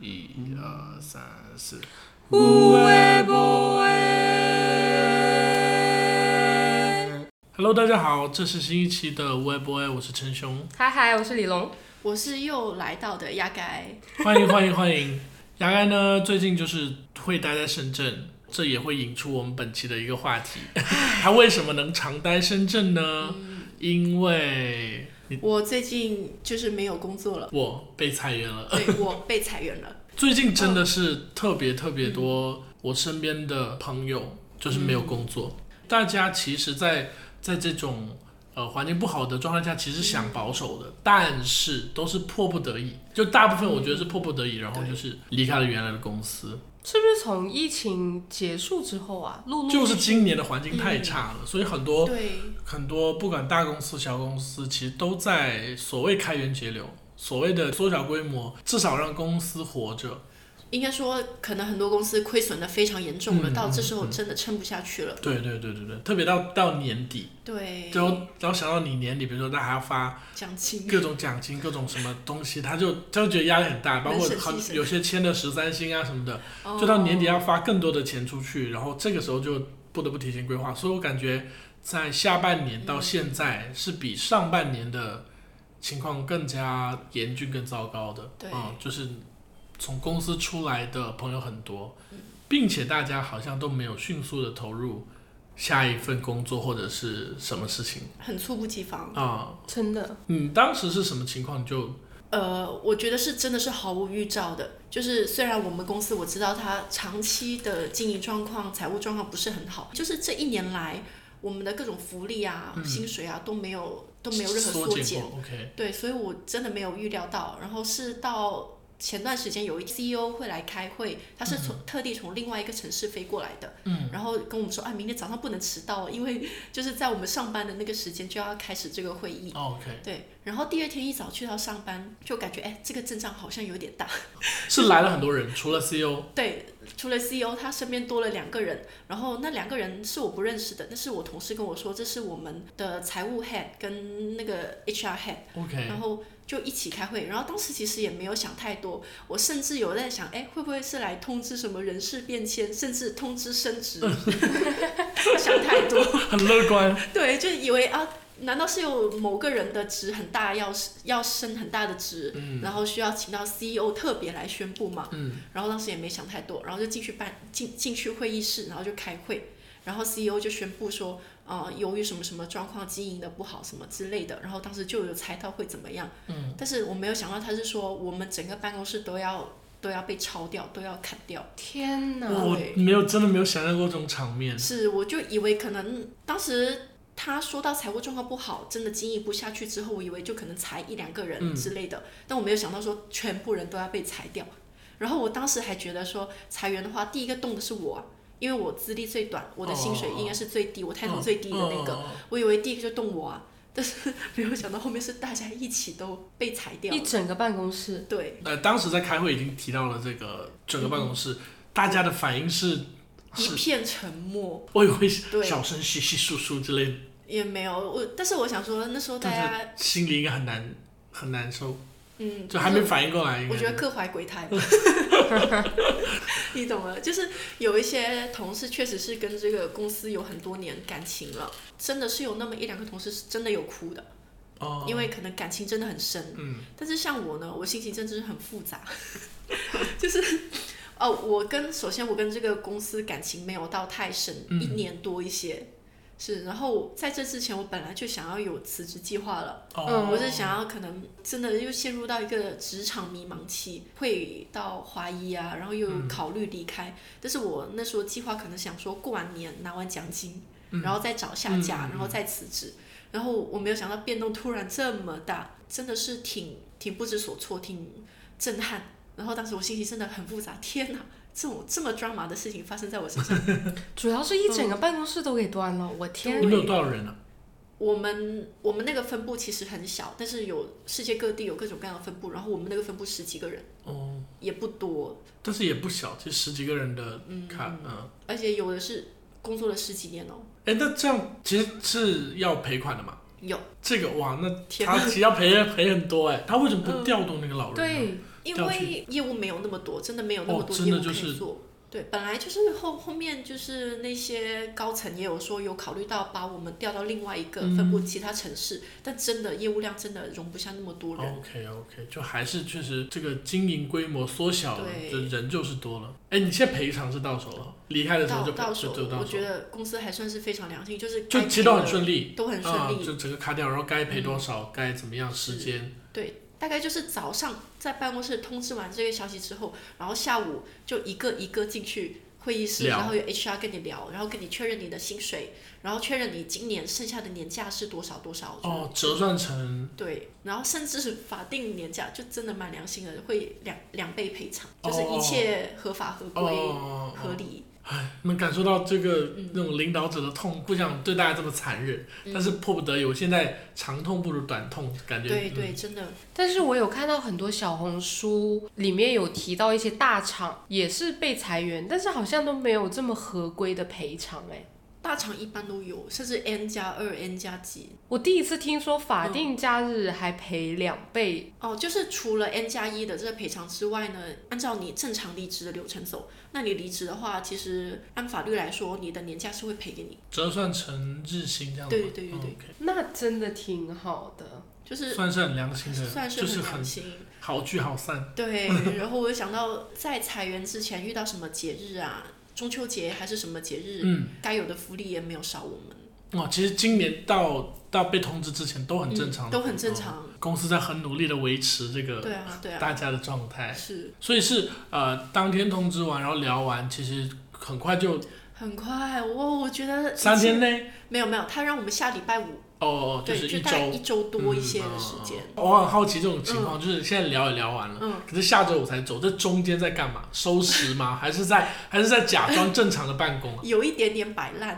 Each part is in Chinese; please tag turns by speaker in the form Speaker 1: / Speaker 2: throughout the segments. Speaker 1: 一二三四，
Speaker 2: 有诶无诶。
Speaker 1: Hello，大家好，这是新一期的微博，我是陈雄，
Speaker 2: 嗨嗨，我是李龙。
Speaker 3: 我是又来到的鸭该，
Speaker 1: 欢迎欢迎欢迎。牙该呢，最近就是会待在深圳，这也会引出我们本期的一个话题。 他为什么能常待深圳呢？因为
Speaker 3: 我最近就是没有工 作了，
Speaker 1: 我被裁员了。
Speaker 3: 对我被裁员了。
Speaker 1: 最近真的是特别特别多，我身边的朋友就是没有工作。大家其实在，在这种呃环境不好的状态下，其实想保守的，但是都是迫不得已。就大部分我觉得是迫不得已，然后就是离开了原来的公司。
Speaker 2: 是不是从疫情结束之后啊，陆陆续
Speaker 1: 就是今年的环境太差了，所以很多
Speaker 3: 对，
Speaker 1: 很多不管大公司、小公司，其实都在所谓开源节流，所谓的缩小规模，至少让公司活着。
Speaker 3: 应该说可能很多公司亏损的非常严重了，
Speaker 1: 嗯
Speaker 3: 到这时候
Speaker 1: 嗯嗯
Speaker 3: 真的撑不下去了。
Speaker 1: 对对对对对，特别到到年底，
Speaker 3: 对，
Speaker 1: 就然后想到你年底，比如说他还要发
Speaker 3: 奖金
Speaker 1: 各种奖金、各种什么东西，他就他就觉得压力很大，包括
Speaker 3: 能省
Speaker 1: 好
Speaker 3: 心省
Speaker 1: 有些签的十三薪啊什么的，就到年底要发更多的钱出去，然后这个时候就不得不提前规划。所以我感觉在下半年到现在是比上半年的情况更加严峻、更糟糕的。
Speaker 3: 对
Speaker 1: 嗯，就是从公司出来的朋友很多，并且大家好像都没有迅速的投入下一份工作或者是什么事情
Speaker 3: 很猝不及防。
Speaker 1: 啊。
Speaker 2: 真的
Speaker 1: 你当时是什么情况？你就
Speaker 3: 呃，我觉得是真的是毫无预兆的，就是虽然我们公司我知道它长期的经营状况、财务状况不是很好，就是这一年来我们的各种福利啊、薪水啊都没有都没有任何
Speaker 1: 嗯缩
Speaker 3: 缩减
Speaker 1: 减。过？OK，
Speaker 3: 对，所以我真的没有预料到。然后是到前段时间有一 CEO 会来开会，他是从、特地从另外一个城市飞过来的，
Speaker 1: 嗯，
Speaker 3: 然后跟我们说，啊，明天早上不能迟到，哦因为就是在我们上班的那个时间就要开始这个会议。
Speaker 1: 哦，OK，
Speaker 3: 对，然后第二天一早去到上班，就感觉哎，这个阵仗好像有点大。
Speaker 1: 是来了很多人，除了 E CEO，
Speaker 3: 对，除了 CEO，他身边多了两个人，然后那两个人是我不认识的，但是我同事跟我说，这是我们的财务 head 跟那个 HR head。
Speaker 1: OK，
Speaker 3: 然后就一起开会。然后当时其实也没有想太多，我甚至有在想，哎，会不会是来通知什么人事变迁，甚至通知升职？想太多，
Speaker 1: 很乐 观。
Speaker 3: 对，就以为啊，难道是有某个人的职很大，要要升很大的职，然后需要请到 CEO 特别来宣布吗？
Speaker 1: 嗯，
Speaker 3: 然后当时也没想太多，然后就进去办进进去会议室，然后就开会，然后 CEO 就宣布说，呃，由于什么什么状况经营的不好什么之类的，然后当时就有猜到会怎么样，嗯，但是我没有想到他是说我们整个办公室都要都要被抄掉，都要砍掉，
Speaker 2: 天哪！
Speaker 1: 我没有真的没有想象过这种场面。
Speaker 3: 是，我就以为可能当时他说到财务状况不好，真的经营不下去之后，我以为就可能裁一两个
Speaker 1: 嗯
Speaker 3: 人之类的，但我没有想到说全部人都要被裁掉。然后我当时还觉得说裁员的话，第一个动的是我啊，因为我资历最短，我的薪水应该是最低，我抬头最低的那个，
Speaker 1: 嗯，嗯嗯
Speaker 3: 我以为第一个就动我啊，但是 没有想到后面是大家一起都被裁掉
Speaker 2: 一。整个办公室
Speaker 3: 对，嗯
Speaker 1: 呃，当时在开会已经提到了这个整个办公室，大家的反应是
Speaker 3: 一
Speaker 1: 是，
Speaker 3: 片沉默。
Speaker 1: 我以为
Speaker 3: 对
Speaker 1: 小声稀稀疏疏之类的，
Speaker 3: 也没有我，但是我想说，那时候大
Speaker 1: 但
Speaker 3: 家，
Speaker 1: 是心里应该很难很难受，
Speaker 3: 嗯，
Speaker 1: 就还没反应过来。应该
Speaker 3: 我觉得各怀鬼胎吧， 你懂了，就是有一些同事确实是跟这个公司有很多年感情了，真的是有那么一两个同事是真的有哭的，
Speaker 1: 哦，
Speaker 3: 因为可能感情真的很深。
Speaker 1: 嗯，
Speaker 3: 但是像我呢，我心情真的是很复杂， 就是哦，我跟首先我跟这个公司感情没有到太深，
Speaker 1: 嗯
Speaker 3: 一年多一些。是，然后在这之前，我本来就想要有辞职计划了，
Speaker 1: 哦，
Speaker 3: 嗯我是想要可能真的又陷入到一个职场迷茫期，会到怀疑啊，然后又
Speaker 1: 嗯
Speaker 3: 考虑离开。但是我那时候计划可能想说过完年拿完奖金，然后再找下
Speaker 1: 嗯嗯
Speaker 3: 家，
Speaker 1: 嗯
Speaker 3: 然后再辞职。然后我没有想到变动突然这么大，真的是挺挺不知所措，挺震撼。然后当时我心情真的很复杂，天哪，这种这么 drama 的事情发生在我身上，
Speaker 2: 主要是一整个办公室都给端了，我天
Speaker 1: 你！们有多少人啊？
Speaker 3: 我们我们那个分部其实很小，但是有世界各地有各种各样的分部，然后我们那个分部十几个人。
Speaker 1: 哦，
Speaker 3: 也不多，
Speaker 1: 但是也不小，就十几个人的卡，嗯，
Speaker 3: 而且有的是工作了十几年哦。
Speaker 1: 哎，那这样其实是要赔款的嘛？
Speaker 3: 有
Speaker 1: 这个哇，那
Speaker 3: 天嗯
Speaker 1: 他其实要赔赔很多哎，他为什么不调动那个老人？，
Speaker 2: 对，
Speaker 3: 因
Speaker 1: 调
Speaker 3: 为业务没有那么多，真的没有那么
Speaker 1: 哦
Speaker 3: 多
Speaker 1: 真
Speaker 3: 业
Speaker 1: 的
Speaker 3: 务可
Speaker 1: 就是
Speaker 3: 以做。对，本来就是后后面就是那些高层也有说有考虑到把我们调到另外一个分部其他城市，但真的业务量真的容不下那么多人。
Speaker 1: OK OK，就还是确实这个经营规模缩小了，
Speaker 3: 对
Speaker 1: 就人就是多了。哎，你现在赔偿是到手了，离开的时候
Speaker 3: 到
Speaker 1: 就
Speaker 3: 到
Speaker 1: 就
Speaker 3: 手
Speaker 1: 就，到
Speaker 3: 我
Speaker 1: 手
Speaker 3: 觉，得公司还算是非常良心，就是
Speaker 1: 就
Speaker 3: 该
Speaker 1: 其实
Speaker 3: 赔
Speaker 1: 都
Speaker 3: 的
Speaker 1: 很顺利，
Speaker 3: 都很顺
Speaker 1: 啊，
Speaker 3: 利。嗯
Speaker 1: 就整个卡掉，然后该赔多少，该怎么样，时间
Speaker 3: 对，大概就是早上在办公室通知完这个消息之后，然后下午就一个一个进去会议室，
Speaker 1: 聊
Speaker 3: 然后有 HR 跟你聊，然后跟你确认你的薪水，然后确认你今年剩下的年假是多少多少。我觉得
Speaker 1: 哦，折算成
Speaker 3: 对，然后甚至是法定年假，就真的蛮良心的，会两两倍赔偿，
Speaker 1: 哦
Speaker 3: 就是一切合法合规、
Speaker 1: 哦，
Speaker 3: 合理。
Speaker 1: 能感受到这个
Speaker 3: 嗯
Speaker 1: 那种领导者的痛，不想对大家这么残忍，但是迫不得已，我现在长痛不如短痛，感觉
Speaker 3: 对
Speaker 1: 嗯
Speaker 3: 对，真的
Speaker 2: 但是我有看到很多小红书里面有提到一些大厂也是被裁员，但是好像都没有这么合规的赔偿哎。
Speaker 3: 大厂一般都有，甚至 N 加二、N 加几。
Speaker 2: 我第一次听说法定假日还赔两倍，
Speaker 3: 哦，就是除了 N 加一的这个赔偿之外呢，按照你正常离职的流程走，那你离职的话，其实按法律来说，你的年假是会赔给你，
Speaker 1: 嗯折算成日薪这样吗
Speaker 3: 对对对对对
Speaker 1: 哦，OK
Speaker 2: 那真的挺好的。
Speaker 3: 就是
Speaker 1: 算是很良心的，
Speaker 3: 算
Speaker 1: 就是是
Speaker 3: 很
Speaker 1: 很
Speaker 3: 良心。
Speaker 1: 好聚好散。
Speaker 3: 对，然后我就想到在裁员之前遇到什么节日啊，中秋节还是什么节日，
Speaker 1: 嗯，
Speaker 3: 该有的福利也没有少我们，
Speaker 1: 哦，其实今年到到被通知之前都很正常，
Speaker 3: 嗯都很正
Speaker 1: 哦。
Speaker 3: 常。
Speaker 1: 公司在很努力的维持这个
Speaker 3: 对啊，对啊，
Speaker 1: 大家的状态，
Speaker 3: 是
Speaker 1: 所以是呃当天通知完，然后聊完，其实很快就
Speaker 3: 很快我我觉得
Speaker 1: 三
Speaker 3: 呃一
Speaker 1: 天
Speaker 3: 切
Speaker 1: 内
Speaker 3: 没有没有，他让我们下礼拜五，
Speaker 1: 哦哦，
Speaker 3: 对，
Speaker 1: 是
Speaker 3: 就
Speaker 1: 一
Speaker 3: 大概
Speaker 1: 周
Speaker 3: 一周多一些的时间。
Speaker 1: 嗯我很好奇这种情况，就是现在聊也聊完了，
Speaker 3: 嗯
Speaker 1: 可是下周五才走，这中间在干嘛？收拾吗？ 还是在还是在假装正常的办 公啊？
Speaker 3: 有一点点摆烂，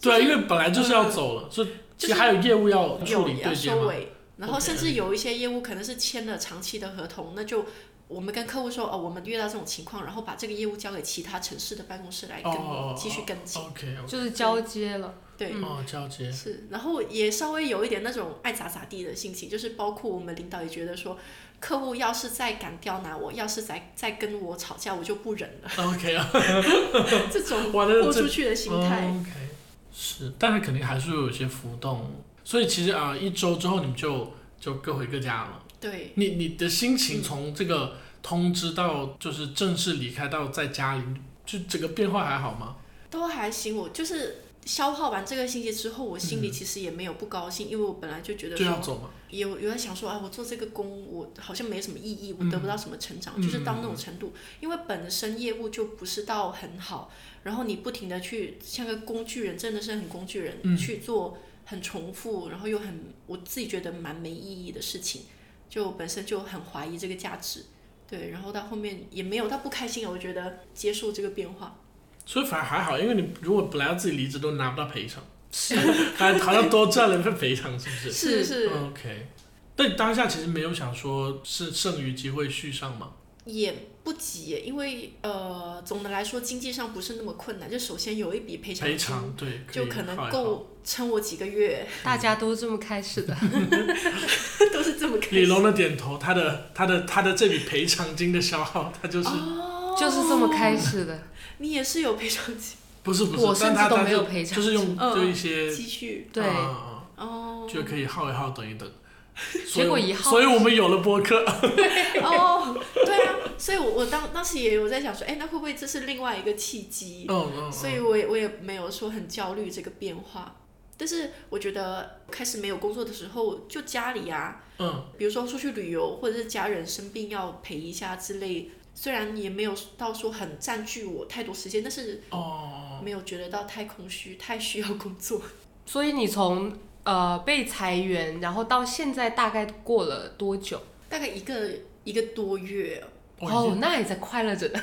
Speaker 1: 对啊，因为本来就是要走了，所以其实还有业务要处
Speaker 3: 嗯有
Speaker 1: 理
Speaker 3: 要
Speaker 1: 对接
Speaker 3: 收
Speaker 1: 嘛。
Speaker 3: 尾，然后
Speaker 1: OK 嗯
Speaker 3: 甚至有一些业务可能是签了长期的合同，那就我们跟客户说哦，我们遇到这种情况，然后把这个业务交给其他城市的办公室来跟
Speaker 1: 哦
Speaker 3: 继续跟进。
Speaker 1: OK，
Speaker 2: 就是交接了，
Speaker 3: 对，
Speaker 1: 哦，交接
Speaker 3: 是，然后也稍微有一点那种爱咋咋地的心情，就是包括我们领导也觉得说，客户要是再敢刁难我，要是再再跟我吵架，我就不忍了，
Speaker 1: OK 啊，
Speaker 3: 这种
Speaker 1: 哇，那
Speaker 3: 豁
Speaker 1: 哎这嗯
Speaker 3: 出去的心态。
Speaker 1: OK 是，但是肯定还是会有一些浮动，所以其实啊、呃一周之后你们就就各回各家了。
Speaker 3: 对，
Speaker 1: 你你的心情从这个通知到就是正式离开到在家里，就整个变化还好吗？
Speaker 3: 都还行，我就是消化完这个星期之后，我心里
Speaker 1: 嗯
Speaker 3: 其实也没有不高兴，因为我本来就觉得
Speaker 1: 就要
Speaker 3: 说，
Speaker 1: 走吗？
Speaker 3: 有有在想说，啊，我做这个工，我好像没什么意义，我
Speaker 1: 嗯
Speaker 3: 得不到什么成长，
Speaker 1: 嗯
Speaker 3: 就是到那种程度。因为本身业务就不是到很好，然后你不停的去像个工具人，真的是很工具人、
Speaker 1: 嗯
Speaker 3: 去做很重复，然后又很我自己觉得蛮没意义的事情，就本身就很怀疑这个价值。对，然后到后面也没有到不开心啊，我觉得接受这个变化。
Speaker 1: 所以反而还好，因为你如果本来要自己离职都拿不到赔偿，是，还好像多赚了一份赔偿，是不是哦
Speaker 3: 是是，
Speaker 1: ？OK，但你当下其实没有想说是剩余机会续上嘛？
Speaker 3: 也不急耶，因为呃，总的来说经济上不是那么困难。就首先有一笔赔偿
Speaker 1: 赔
Speaker 3: 金，
Speaker 1: 偿对，
Speaker 3: 就
Speaker 1: 以
Speaker 3: 可能
Speaker 1: 耗一耗。
Speaker 3: 够撑我几个月，
Speaker 2: 大家都这么开始的。
Speaker 3: 都是这么开
Speaker 1: 李
Speaker 3: 始。
Speaker 1: 龙的点头，他的他的他的这笔赔偿金的消耗，他就是、
Speaker 3: 哦
Speaker 2: 就是这么开始的。
Speaker 3: 你也是有赔偿金
Speaker 1: 不是不
Speaker 2: 我
Speaker 1: 是，
Speaker 2: 甚
Speaker 1: 但他
Speaker 2: 至都
Speaker 1: 他
Speaker 2: 没有
Speaker 1: 就
Speaker 2: 赔偿
Speaker 1: 就是用
Speaker 3: 金嗯
Speaker 1: 就一些
Speaker 3: 积蓄
Speaker 2: 对，
Speaker 1: 啊啊啊
Speaker 3: 哦
Speaker 1: 就 可以耗一耗，等一等。
Speaker 2: 结果一耗
Speaker 1: 所以我们有了播客。
Speaker 3: 哦，对啊，所以我我当当时也有在想说，哎，那会不会这是另外一个契机？
Speaker 1: 嗯嗯。
Speaker 3: 所以我也我也没有说很焦虑这个变化，但是我觉得开始没有工作的时候，就家里啊，
Speaker 1: 嗯，
Speaker 3: 比如说出去旅游，或者是家人生病要陪一下之类，虽然也没有到说很占据我太多时间，但是
Speaker 1: 哦，
Speaker 3: 没有觉得到太空虚，太需要工作。
Speaker 2: 所以你从呃被裁员，然后到现在大概过了多久？
Speaker 3: 大概一个一个多月，
Speaker 2: 哦，那也在快乐着呢。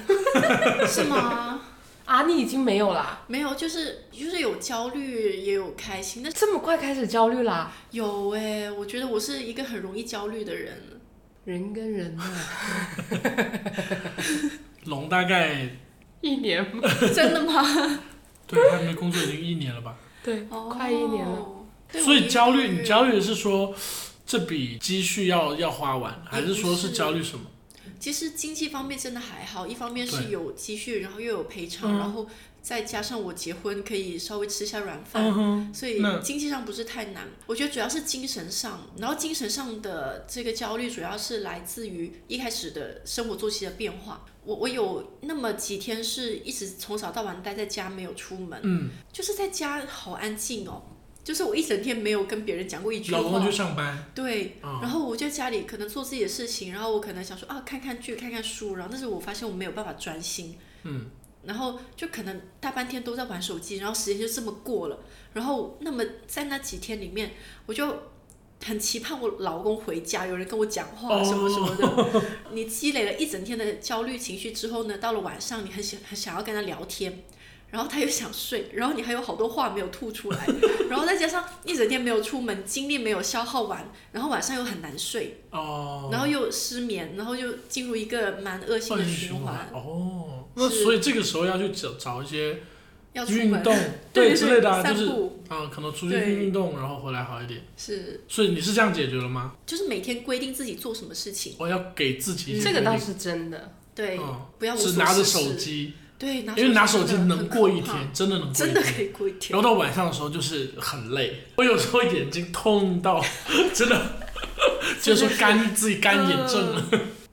Speaker 3: 是吗？
Speaker 2: 啊，你已经没有啦，
Speaker 3: 没有，就是就是有焦虑，也有开心，但是
Speaker 2: 这么快开始焦虑啦？
Speaker 3: 有哎、我觉得我是一个很容易焦虑的人。
Speaker 2: 人跟人呢，
Speaker 1: 龙大概
Speaker 2: 一年 吗
Speaker 3: 真的吗？
Speaker 1: 对他没工作已经一年了吧？
Speaker 2: 对，快一年了。
Speaker 3: 哦。 对
Speaker 1: 所
Speaker 3: 我
Speaker 1: 以
Speaker 3: 一
Speaker 1: 焦
Speaker 3: 个
Speaker 1: 虑，你焦虑的是说这笔积蓄要要花完，还是说
Speaker 3: 也
Speaker 1: 是
Speaker 3: 不是
Speaker 1: 焦虑什么？
Speaker 3: 其实经济方面真的还好，一方面是
Speaker 1: 对
Speaker 3: 有积蓄，然后又有赔偿，
Speaker 1: 嗯
Speaker 3: 然后再加上我结婚可以稍微吃下软饭，
Speaker 1: 嗯哼，
Speaker 3: 所以
Speaker 1: 那
Speaker 3: 经济上不是太难，我觉得主要是精神上，然后精神上的这个焦虑主要是来自于一开始的生活作息的变化。我我有那么几天是一直从早到晚待在家没有出门，
Speaker 1: 嗯，
Speaker 3: 就是在家好安静哦，就是我一整天没有跟别人讲过一句
Speaker 1: 老公
Speaker 3: 话
Speaker 1: 去，上班，
Speaker 3: 对，
Speaker 1: 嗯
Speaker 3: 然后我就在家里可能做自己的事情，然后我可能想说啊看看剧看看书，然后但是我发现我没有办法专心，
Speaker 1: 嗯，
Speaker 3: 然后就可能大半天都在玩手机，然后时间就这么过了，然后那么在那几天里面，我就很期盼我老公回家，有人跟我讲话
Speaker 1: 哦
Speaker 3: 什么什么的。 你积累了一整天的焦虑情绪之后呢，到了晚上你很想很想要跟他聊天。然后他又想睡，然后你还有好多话没有吐出 来，然后再加上一整天没有出门，精力没有消耗完，然后晚上又很难睡，
Speaker 1: 哦，
Speaker 3: 然后又失眠，然后又进入一个蛮恶性
Speaker 1: 恶性
Speaker 3: 的循
Speaker 1: 循
Speaker 3: 环，
Speaker 1: 环哦。那
Speaker 3: 是
Speaker 1: 所以这个时候要去找找一些
Speaker 3: 要出
Speaker 1: 哦运
Speaker 3: 门，
Speaker 1: 动，
Speaker 3: 对
Speaker 1: 之类的啊，
Speaker 3: 散
Speaker 1: 就是
Speaker 3: 步
Speaker 1: 啊，可能出去
Speaker 3: 对
Speaker 1: 运运动，然后回来好一点。
Speaker 3: 是，
Speaker 1: 所以你是这样解决了吗？
Speaker 3: 就是每天规定自己做什么事情，
Speaker 1: 我要给自己一些
Speaker 2: 这个
Speaker 1: 规
Speaker 2: 倒
Speaker 1: 定
Speaker 2: 是真的。
Speaker 3: 对，
Speaker 1: 嗯，
Speaker 3: 不要无所
Speaker 1: 只拿着
Speaker 3: 事事
Speaker 1: 手，机，
Speaker 3: 对，拿
Speaker 1: 因为拿手机
Speaker 3: 真的
Speaker 1: 能
Speaker 3: 很
Speaker 1: 过一
Speaker 3: 可怕，
Speaker 1: 天，真的能过一
Speaker 3: 真的
Speaker 1: 天。
Speaker 3: 可以过一天
Speaker 1: 然，后到晚上的时候就是很累，我有时候眼睛痛 到真的，就是说干自己干眼
Speaker 3: 嗯
Speaker 1: 症了。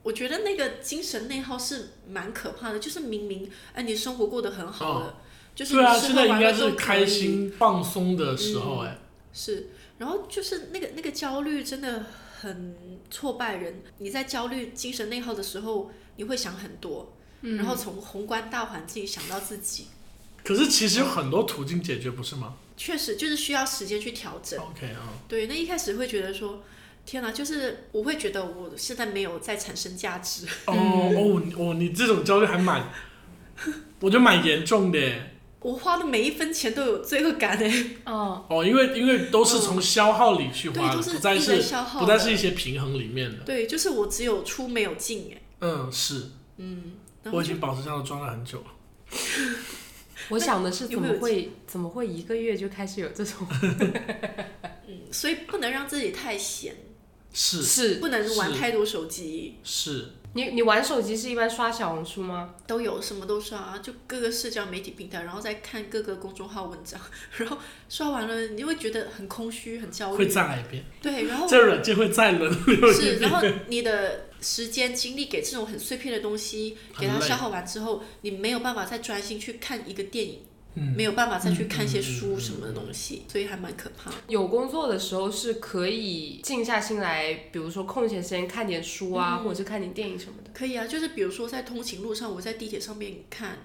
Speaker 3: 我觉得那个精神内耗是蛮可怕的，就是明明哎你生活过得很好的，就是
Speaker 1: 对啊，
Speaker 3: 你吃
Speaker 1: 现
Speaker 3: 喝
Speaker 1: 在应
Speaker 3: 玩
Speaker 1: 该
Speaker 3: 乐
Speaker 1: 是
Speaker 3: 都可
Speaker 1: 开
Speaker 3: 以，嗯
Speaker 1: 心放松的时候，哎，
Speaker 3: 是，然后就是那个那个焦虑真的很挫败人，你在焦虑精神内耗的时候，你会想很多，然后从宏观大环境想到自己。
Speaker 1: 可是其实有很多途径解决，不是吗
Speaker 3: 确实就是需要时间去调整。
Speaker 1: ？OK 啊，
Speaker 3: 对，那一开始会觉得说，天哪，就是我会觉得我现在没有在产生价值。
Speaker 1: 哦哦你哦，你这种焦虑还蛮，我觉得蛮严重的哎
Speaker 3: 我花的每一分钱都有罪恶感哎，
Speaker 2: 哦，
Speaker 1: 哦，因为因为都是从消耗里去花
Speaker 3: 嗯对，
Speaker 1: 的，
Speaker 3: 都
Speaker 1: 不
Speaker 3: 是
Speaker 1: 再
Speaker 3: 一直
Speaker 1: 是
Speaker 3: 消耗
Speaker 1: 不
Speaker 3: 的。
Speaker 1: 再是一些平衡里面的。
Speaker 3: 对，就是我只有出没有进哎，
Speaker 1: 嗯，是我
Speaker 3: 然后
Speaker 1: 已
Speaker 3: 就
Speaker 1: 经保持这样的状态很久了。
Speaker 2: 我想的是
Speaker 3: 有
Speaker 2: 怎
Speaker 3: 没
Speaker 2: 么
Speaker 3: 有
Speaker 2: 会怎么会一个月就开始有这种
Speaker 3: 嗯，所以不能让自己太闲，
Speaker 1: 是
Speaker 2: 事？
Speaker 3: 不能玩
Speaker 1: 是
Speaker 3: 太多手机，
Speaker 1: 是，
Speaker 2: 你你玩手机是一般刷小红书吗？
Speaker 3: 都有什么都刷，就各个社交媒体平台，然后再看各个公众号文章， 然后刷完了你就会觉得很空虚、很焦
Speaker 1: 会
Speaker 3: 虑。
Speaker 1: 再来一遍，
Speaker 3: 对，然后
Speaker 1: 这软件会再轮流一
Speaker 3: 是，
Speaker 1: 遍。
Speaker 3: 然后你的时间精力给这种很碎片的东西，给它
Speaker 1: 很累
Speaker 3: 消耗完之后，你没有办法再专心去看一个电影，
Speaker 1: 嗯
Speaker 3: 没有办法再去看一些
Speaker 1: 嗯嗯
Speaker 3: 书
Speaker 1: 嗯
Speaker 3: 什么的东西，所以还蛮可怕的。
Speaker 2: 有工作的时候是可以静下心来，比如说空闲时间看点书
Speaker 1: 嗯
Speaker 2: 啊，或者是看点电影什么的。
Speaker 3: 可以啊，就是比如说在通勤路上，我在地铁上面看，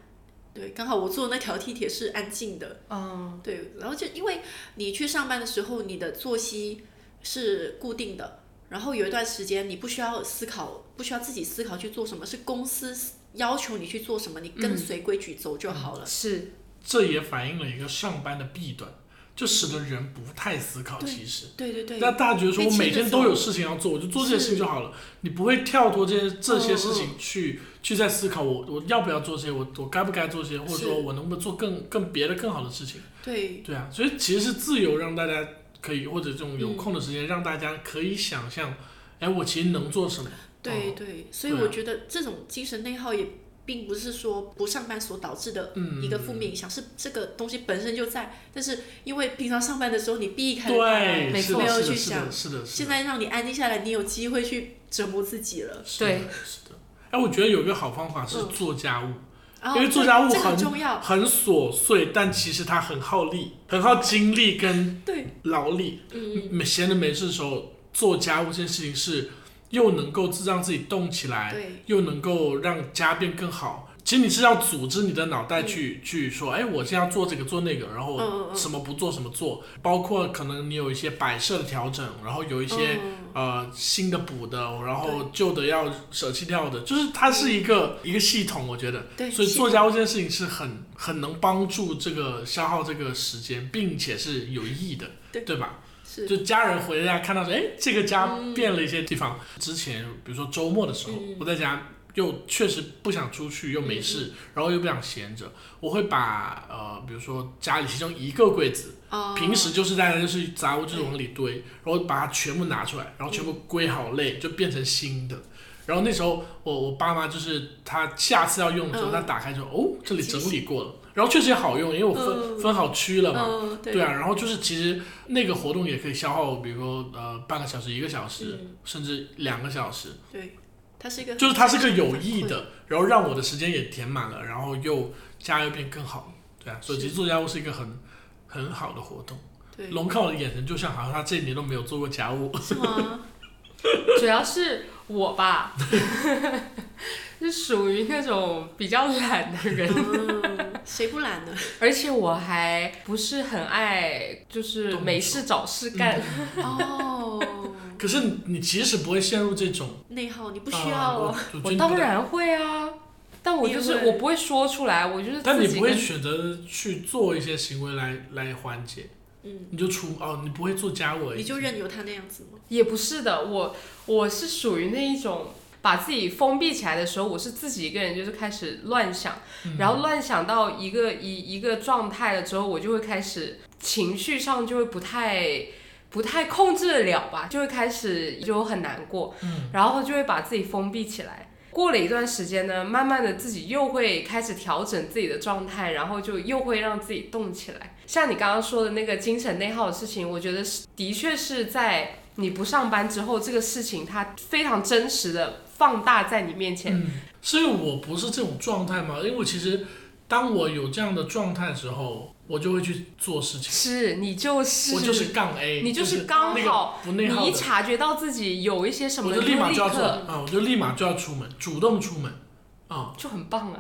Speaker 3: 对，刚好我坐的那条地铁是安静的，
Speaker 2: 嗯，
Speaker 3: 对，然后就因为你去上班的时候，你的作息是固定的，然后有一段时间你不需要思考，不需要自己思考去做什么，是公司要求你去做什么，你跟随规矩走就好了。
Speaker 2: 是
Speaker 1: 这也反映了一个上班的弊端，就使得人不太思考。
Speaker 3: 对
Speaker 1: 其实，
Speaker 3: 对对对，
Speaker 1: 那大家觉得说
Speaker 3: 被
Speaker 1: 我
Speaker 3: 牵
Speaker 1: 每
Speaker 3: 着
Speaker 1: 天
Speaker 3: 走
Speaker 1: 都有事情要做，我就做这些事情就好了，你不会跳脱这些这些事情
Speaker 3: 嗯
Speaker 1: 去去在思考我我要不要做这些，我我该不该做这些，或者
Speaker 3: 是嗯
Speaker 1: 说我能不能做更更别的更好的事情。
Speaker 3: 对，
Speaker 1: 对啊，所以其实是自由让大家可以，或者这种有
Speaker 3: 嗯
Speaker 1: 空的时间让大家可以想象，哎，我其实能做什么。
Speaker 3: 对
Speaker 1: 哦
Speaker 3: 对，所以
Speaker 1: 对啊
Speaker 3: 我觉得这种精神内耗也并不是说不上班所导致的一个
Speaker 1: 嗯
Speaker 3: 负面影响，是这个东西本身就在，但是因为平常上班的时候你避开了它，
Speaker 1: 对，
Speaker 2: 没
Speaker 1: 是
Speaker 2: 错
Speaker 1: 的，
Speaker 3: 没有
Speaker 1: 是的，
Speaker 3: 去
Speaker 1: 是的，
Speaker 3: 想
Speaker 1: 是的，是
Speaker 3: 现
Speaker 1: 的，
Speaker 3: 在让你安静下来，你有机会去折磨自己了。
Speaker 1: 是
Speaker 2: 对
Speaker 1: 的，是的。哎，我觉得有一个好方法是
Speaker 3: 嗯哦
Speaker 1: 做家务，因
Speaker 3: 然后
Speaker 1: 为做家务
Speaker 3: 这个
Speaker 1: 很
Speaker 3: 很重要，
Speaker 1: 很琐碎，但其实它很耗力，很耗精力跟
Speaker 3: 哦 对，
Speaker 1: 劳力。
Speaker 3: 嗯，
Speaker 1: 没闲着没事的时候做家务这件事情是又能够自让自己动起来，
Speaker 3: 对，
Speaker 1: 又能够让家变更好。其实你是要组织你的脑袋去、去说，哎，我现在要做这个做那个，然
Speaker 3: 嗯嗯
Speaker 1: 后
Speaker 3: 嗯
Speaker 1: 什么不做什么做，包括可能你有一些摆设的调整，然后有一些、
Speaker 3: 嗯
Speaker 1: 呃新的补的，然后旧的要舍弃掉的，就是它是一个、一个系统，我觉得。
Speaker 3: 对，
Speaker 1: 所以
Speaker 3: 是
Speaker 1: 做家务这件事情是很很能帮助这个消耗这个时间，并且是有意义的，
Speaker 3: 对
Speaker 1: 对吧？
Speaker 3: 是
Speaker 1: 就家人回家看到说，哎，这个家变了一些地方。之前比如说周末的时候，我在家又确实不想出去，又没事，然后又不想闲着，我会把呃，比如说家里其中一个柜子，
Speaker 3: 啊，
Speaker 1: 平时就是大家就是嗯杂物就是往里堆，然后把它全部拿出来，然后全部归好类，就变成新的。然后那时候我我爸妈就是他下次要用的时候，他打开就哦这里整理过了，然后确实也好用，因为我分分好区了嘛，
Speaker 3: 嗯，对
Speaker 1: 对啊，然后就是其实那个活动也可以消耗，比如说呃半个小时、一个小时，甚至两个小时，
Speaker 3: 对，它是一个，
Speaker 1: 就是它是个有意，的，然后让我的时间也填满了，然后又家又变更好，对啊，所以其实做家务是一个很很好的活动。
Speaker 3: 对，
Speaker 1: 龙看我的眼神就像好像他这一年都没有做过家务，
Speaker 3: 是 吗？
Speaker 2: 主要是我吧， 是属于那种比较懒的人，
Speaker 3: 嗯，谁不懒呢？
Speaker 2: 而且我还不是很爱，就是没事找
Speaker 1: 嗯
Speaker 2: 事干。
Speaker 3: 哦，
Speaker 1: 可是你其实不会陷入这种，
Speaker 3: 内耗，你不
Speaker 1: 不
Speaker 3: 需要哦。
Speaker 1: 啊我
Speaker 2: 我
Speaker 1: 真的
Speaker 2: 当
Speaker 1: 不太，
Speaker 2: 然会啊，但我就
Speaker 3: 你
Speaker 2: 是
Speaker 3: 会
Speaker 2: 我不会说出来，我就是
Speaker 1: 但
Speaker 2: 自
Speaker 1: 你
Speaker 2: 己
Speaker 1: 不会
Speaker 2: 跟
Speaker 1: 选择去做一些行为来来缓解，
Speaker 3: 嗯，
Speaker 1: 你就出哦，你不会做家务而已，
Speaker 3: 你就任由他那样子吗？
Speaker 2: 也不是的，我我是属于那一种把自己封闭起来的时候，我是自己一个人就是开始乱想，
Speaker 1: 嗯
Speaker 2: 然后乱想到一个一一个状态了之后，我就会开始情绪上就会不太。不太控制得了吧，就会开始就很难过，
Speaker 1: 嗯
Speaker 2: 然后就会把自己封闭起来。过了一段时间呢，慢慢的自己又会开始调整自己的状态，然后就又会让自己动起来。像你刚刚说的那个精神内耗的事情，我觉得是的确是在你不上班之后，这个事情它非常真实的放大在你面前。
Speaker 1: 嗯，是因为我不是这种状态吗？因为我其实当我有这样的状态的时候，我就会去做事情，
Speaker 2: 是你就是
Speaker 1: 我就是杠 A，
Speaker 2: 你就
Speaker 1: 哎就是
Speaker 2: 刚
Speaker 1: 那个
Speaker 2: 好
Speaker 1: 不内
Speaker 2: 你
Speaker 1: 耗
Speaker 2: 一
Speaker 1: 的，
Speaker 2: 察觉到自己有一些什么，
Speaker 1: 我就立
Speaker 2: 立
Speaker 1: 马就要做
Speaker 2: 刻
Speaker 1: 啊，我就立马就要出门，主动出门啊，
Speaker 2: 就很棒啊！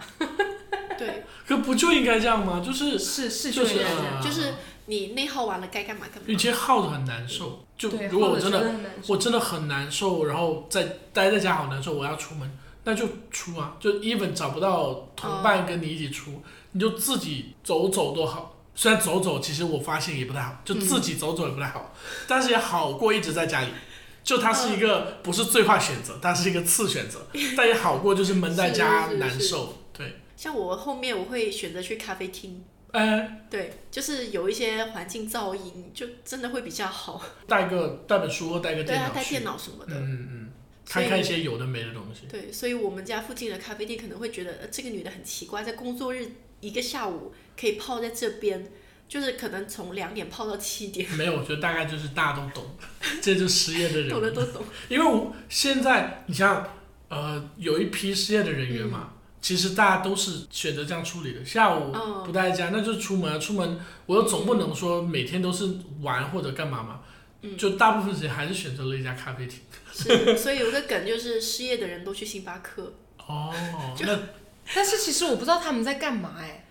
Speaker 3: 对，
Speaker 1: 可不就应该这样吗？就是
Speaker 2: 是是
Speaker 1: 就是
Speaker 2: 这样
Speaker 1: 嗯啊
Speaker 3: 就是你内耗完了该干嘛干
Speaker 1: 与
Speaker 3: 嘛。
Speaker 1: 其耗的很难受，就
Speaker 2: 对，
Speaker 1: 如果
Speaker 2: 后
Speaker 1: 我
Speaker 2: 者
Speaker 1: 真的
Speaker 2: 很难受
Speaker 1: 我真的很难受，然后在待在家好难受，我要出门，那就出啊，就 even 找不到同伴跟你一起出，
Speaker 3: 嗯
Speaker 1: 你就自己走走多好。虽然走走，其实我发现也不太好，
Speaker 3: 嗯
Speaker 1: 就自己走走也不太好，但是也好过一直在家里。就它是一
Speaker 3: 嗯
Speaker 1: 个不是最坏选择，它是一个次选 择，但也好过就是闷在家
Speaker 3: 是是是
Speaker 1: 难受。对，
Speaker 3: 像我后面我会选择去咖啡厅，
Speaker 1: 哎，
Speaker 3: 对，就是有一些环境噪音，就真的会比较好。
Speaker 1: 带个带本书或带个
Speaker 3: 对
Speaker 1: 电
Speaker 3: 啊，
Speaker 1: 脑
Speaker 3: 带
Speaker 1: 去，
Speaker 3: 电脑什么的。
Speaker 1: 嗯嗯，
Speaker 3: 所
Speaker 1: 看
Speaker 3: 以
Speaker 1: 看一些有的没的东西。
Speaker 3: 对，所以我们家附近的咖啡店可能会觉得，呃，这个女的很奇怪，在工作日一个下午可以泡在这边，就是可能从两点泡到七点，
Speaker 1: 没有，我觉得大概就是大家都懂， 这就是失业的人。
Speaker 3: 懂的都 懂。
Speaker 1: 因为我现在你想想，呃，有一批失业的人员嘛，其实大家都是选择这样处理的。下午
Speaker 3: 嗯
Speaker 1: 不待在家，那就出门啊，出门我又总不能说每天都是玩或者干嘛嘛，
Speaker 3: 嗯
Speaker 1: 就大部分时间还是选择了一家咖啡厅。
Speaker 3: 是，所以有个梗就是失业的人都去星巴克，
Speaker 1: 哦，
Speaker 3: 就
Speaker 1: 那
Speaker 2: 但是其实我不知道他们在干嘛哎、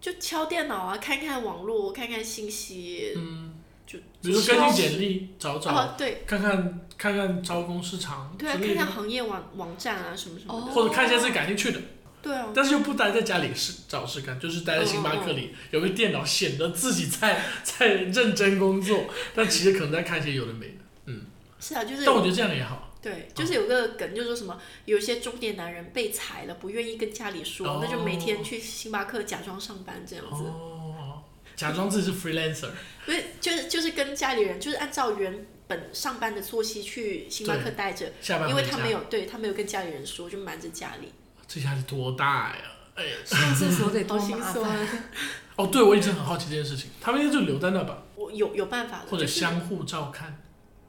Speaker 3: 就敲电脑啊，看看网络，看看信息，
Speaker 1: 嗯，
Speaker 3: 就
Speaker 1: 比如说根据简历找找，
Speaker 3: 哦，对
Speaker 1: 看看看看招工市场之
Speaker 3: 对啊，看
Speaker 1: 类
Speaker 3: 看
Speaker 1: 的，
Speaker 3: 行业网网站啊什么什么的，
Speaker 2: 哦
Speaker 1: 或者看一下自己感兴趣的。
Speaker 3: 对啊，
Speaker 1: 但是又不待在家里是找事干，就是待在星巴克
Speaker 3: 嗯
Speaker 1: 里、有个电脑，显得自己在 在认真工作，但其实可能在看一些有的没的。
Speaker 3: 是啊，就是
Speaker 1: 但我觉得这样也好，
Speaker 3: 对，就是有个梗，就是说什么有些中年男人被裁了，不愿意跟家里说，
Speaker 1: 哦
Speaker 3: 那就每天去星巴克假装上班这样子。哦
Speaker 1: 假装自己是 freelancer，
Speaker 3: 不是，就是就是跟家里人，就是按照原本上班的作息去星巴克待着，
Speaker 1: 下班
Speaker 3: 因
Speaker 1: 回
Speaker 3: 为他
Speaker 1: 家
Speaker 3: 没。有对他没有跟家里人说，就瞒着家里。
Speaker 1: 这家里多大呀？哎，
Speaker 2: 上厕所得多
Speaker 3: 好心
Speaker 2: 麻
Speaker 3: 酸
Speaker 2: 烦。
Speaker 1: 哦，对，我一直很好奇这件事情，他们应该就留在那吧，
Speaker 3: 我有有办法的，
Speaker 1: 或者
Speaker 3: 啊就是
Speaker 1: 相互照看。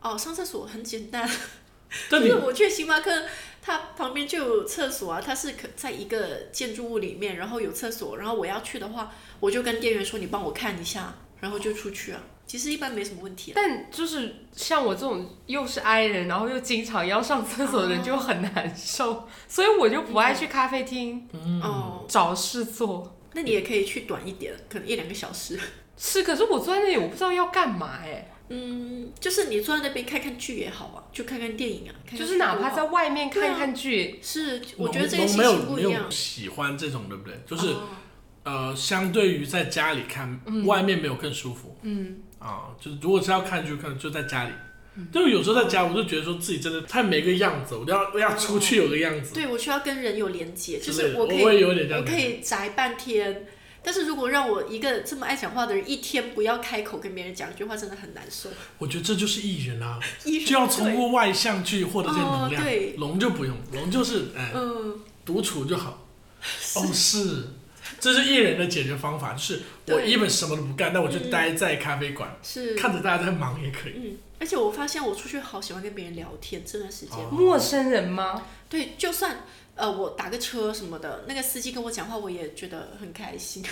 Speaker 3: 哦，上厕所很简单，
Speaker 1: 但你
Speaker 3: 就是我去星巴克，它旁边就有厕所啊，它是可在一个建筑物里面，然后有厕所，然后我要去的话，我就跟店员说你帮我看一下，然后就出去啊。其实一般没什么问题啦。
Speaker 2: 但就是像我这种又是 I 人，然后又经常要上厕所
Speaker 1: 啊
Speaker 2: 的人，
Speaker 3: 哦
Speaker 2: 就很难受，所以我就不爱去咖啡厅
Speaker 1: 嗯
Speaker 3: 哦，
Speaker 2: 找事做。
Speaker 3: 那你也可以去短一点，可能一两个小时。
Speaker 2: 是，可是我坐在那里，我不知道要干嘛哎、
Speaker 3: 嗯，就是你坐在那边看看剧也好啊，就看看电影啊，看看
Speaker 2: 就是哪怕
Speaker 3: 书也好
Speaker 2: 在外面
Speaker 1: 啊
Speaker 2: 看看剧，
Speaker 3: 是，我觉得这个
Speaker 1: 龙龙
Speaker 3: 心
Speaker 1: 没
Speaker 3: 情
Speaker 1: 有
Speaker 3: 不
Speaker 1: 没
Speaker 3: 一样
Speaker 1: 有，喜欢这种，对不对？就是、
Speaker 3: 哦
Speaker 1: 呃，相对于在家里看，
Speaker 3: 嗯
Speaker 1: 外面没有更舒服。
Speaker 2: 嗯，
Speaker 1: 啊，就是如果是要看就看，就在家里。
Speaker 3: 嗯
Speaker 1: 就有时候在家，我就觉得说自己真的太没个样子，我都要我要出去有个样子
Speaker 3: 对我需要跟人有连接，就
Speaker 1: 之类
Speaker 3: 是
Speaker 1: 的。我
Speaker 3: 可
Speaker 1: 也
Speaker 3: 以
Speaker 1: 有点这
Speaker 3: 我
Speaker 1: 样
Speaker 3: 可
Speaker 1: 觉得。
Speaker 3: 以宅半天，但是如果让我一个这么爱讲话的人一天不要开口跟别人讲一句话，真的很难受。
Speaker 1: 我觉得这就是艺人啊，
Speaker 3: 艺人
Speaker 1: 就要通过外向去获得这些能量。
Speaker 3: 哦对
Speaker 1: 龙就不用，龙就是哎、
Speaker 3: 嗯，
Speaker 1: 独处就 好。哦，是，这是艺人的解决方法，就是我
Speaker 3: 对嗯
Speaker 1: 一本什么都不干，但我就待在咖啡馆，
Speaker 3: 是，
Speaker 1: 看着大家在忙也可以。
Speaker 3: 嗯，而且我发现我出去好喜欢跟别人聊天，这段时间，
Speaker 1: 哦
Speaker 2: 陌生人吗？
Speaker 3: 对，就算呃我打个车什么的，那个司机跟我讲话，我也觉得很开心。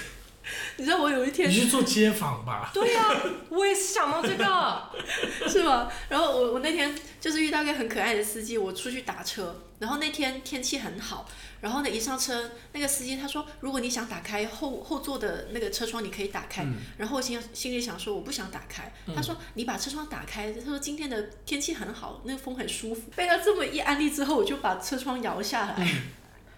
Speaker 3: 你知道我有一天
Speaker 1: 你去做街访吧，
Speaker 2: 对呀、我也是想到这个。
Speaker 3: 是吗？然后我我那天就是遇到一个很可爱的司机，我出去打车，然后那天天气很好，然后呢一上车，那个司机他说，如果你想打开后后座的那个车窗，你可以打开。
Speaker 2: 嗯
Speaker 3: 然后我心心里想说，我不想打开。他说你把车窗打开，他说今天的天气很好，那个风很舒服。被他这么一安利之后，我就把车窗摇下来。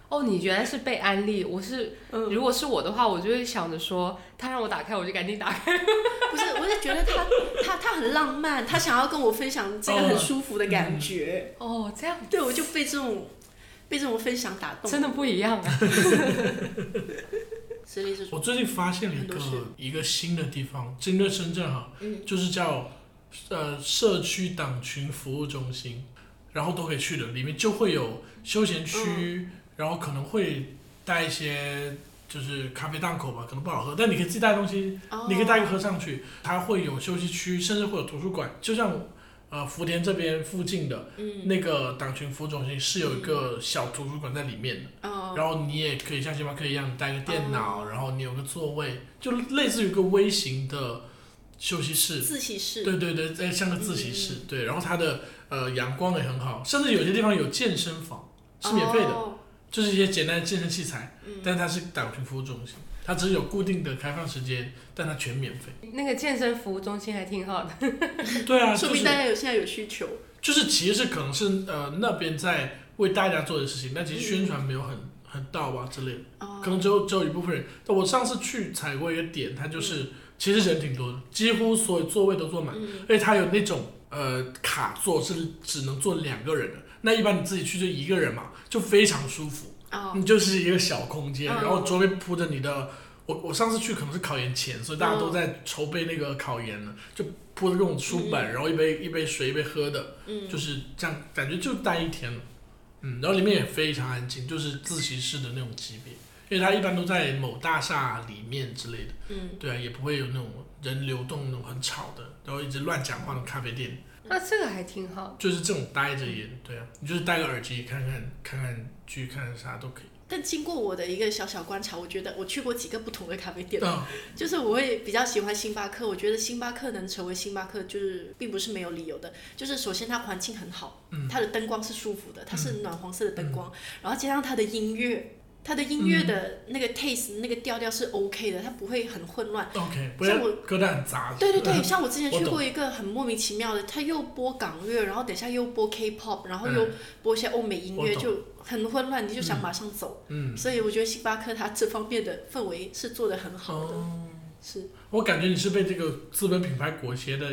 Speaker 2: 哦，你原来是被安利，我是，
Speaker 3: 嗯
Speaker 2: 如果是我的话，我就会想着说，他让我打开，我就赶紧打开。
Speaker 3: 不是，我是觉得他他他很浪漫，他想要跟我分享这个很舒服的感觉。
Speaker 2: 哦，这样
Speaker 3: 对，我就被这种被这种分享打动。
Speaker 2: 真的不一样啊。
Speaker 3: 实力是说
Speaker 1: 我最近发现了一个
Speaker 3: 很多事
Speaker 1: 一个新的地方，针对深圳哈，
Speaker 3: 嗯
Speaker 1: 就是叫呃社区党群服务中心，然后都可以去的，里面就会有休闲区，
Speaker 3: 嗯
Speaker 1: 然后可能会带一些就是咖啡档口吧，可能不好喝，但你可以自己带东西，
Speaker 3: 哦
Speaker 1: 你可以带一个喝上去，它会有休息区，甚至会有图书馆，就像。呃，福田这边附近的
Speaker 3: 嗯
Speaker 1: 那个党群服务中心是有一个小图书馆在里面的，
Speaker 3: 哦
Speaker 1: 然后你也可以像星巴克一样带个电脑，然后你有个座位，就类似于一个微型的休息室。
Speaker 3: 自习室
Speaker 1: 对对对，哎，像个自习
Speaker 3: 嗯
Speaker 1: 室。对，然后它的呃阳光也很好，甚至有些地方有健身房是免费的，
Speaker 3: 哦嗯
Speaker 1: 就是一些简单的健身器材，但它是党群服务中心，它只是有固定的开放时间，但它全免 费。
Speaker 2: 那个健身服务中心还挺好的。
Speaker 1: 对啊，
Speaker 3: 说
Speaker 1: 就
Speaker 3: 明
Speaker 1: 是
Speaker 3: 大家有现在有需求，
Speaker 1: 就是其实可能是呃那边在为大家做的事情，但其实宣传没有很很到吧之类的。
Speaker 3: 哦
Speaker 1: 可能只有只有一部分人。但我上次去踩过一个点，它就是、
Speaker 3: 嗯
Speaker 1: 其实人挺多的，几乎所有座位都坐满，而且它有那种呃卡座是只能坐两个人的。那一般你自己去就一个人嘛，就非常舒服，
Speaker 3: 哦
Speaker 1: 你就是一个小空间，
Speaker 3: 嗯
Speaker 1: 然后周围铺着你的。我我上次去可能是考研前，所以大家
Speaker 3: 嗯
Speaker 1: 都在筹备那个考研了，就铺着各种书本，然后一杯一杯水一杯喝的，
Speaker 3: 嗯
Speaker 1: 就是这样，感觉就待一天了。嗯，然后里面也非常安静，就是自习室的那种级别，因为它一般都在某大厦里面之类的。
Speaker 3: 嗯，
Speaker 1: 对啊，也不会有那种人流动、那种很吵的，然后一直乱讲话的咖啡店，
Speaker 2: 那啊这个还挺好。
Speaker 1: 就是这种待着也对啊，你就是戴个耳机看看看看剧，看看啥都可以。
Speaker 3: 但经过我的一个小小观察，我觉得我去过几个不同的咖啡店，
Speaker 1: 嗯，
Speaker 3: 就是我会比较喜欢星巴克。我觉得星巴克能成为星巴克，就是并不是没有理由的。就是首先它环境很好，它的灯光是舒服的，它是暖黄色的灯光，然后加上它的音乐，它的音乐的那个 taste、那个调调是 OK 的，它不会很混乱。
Speaker 1: OK，不要
Speaker 3: 像我
Speaker 1: 歌单很杂。
Speaker 3: 对 对对，像我之前
Speaker 1: 我
Speaker 3: 去
Speaker 1: 懂
Speaker 3: 过一个很莫名其妙的，他又播港乐，然后等一下又播 K-pop，然后又播一些欧美音乐，
Speaker 1: 嗯我懂
Speaker 3: 就很混乱，你就想马上走。
Speaker 1: 嗯，
Speaker 3: 所以我觉得星巴克它这方面的氛围是做的很 好的，
Speaker 1: 哦，
Speaker 3: 是
Speaker 1: 我感觉你是被这个资本品牌裹挟的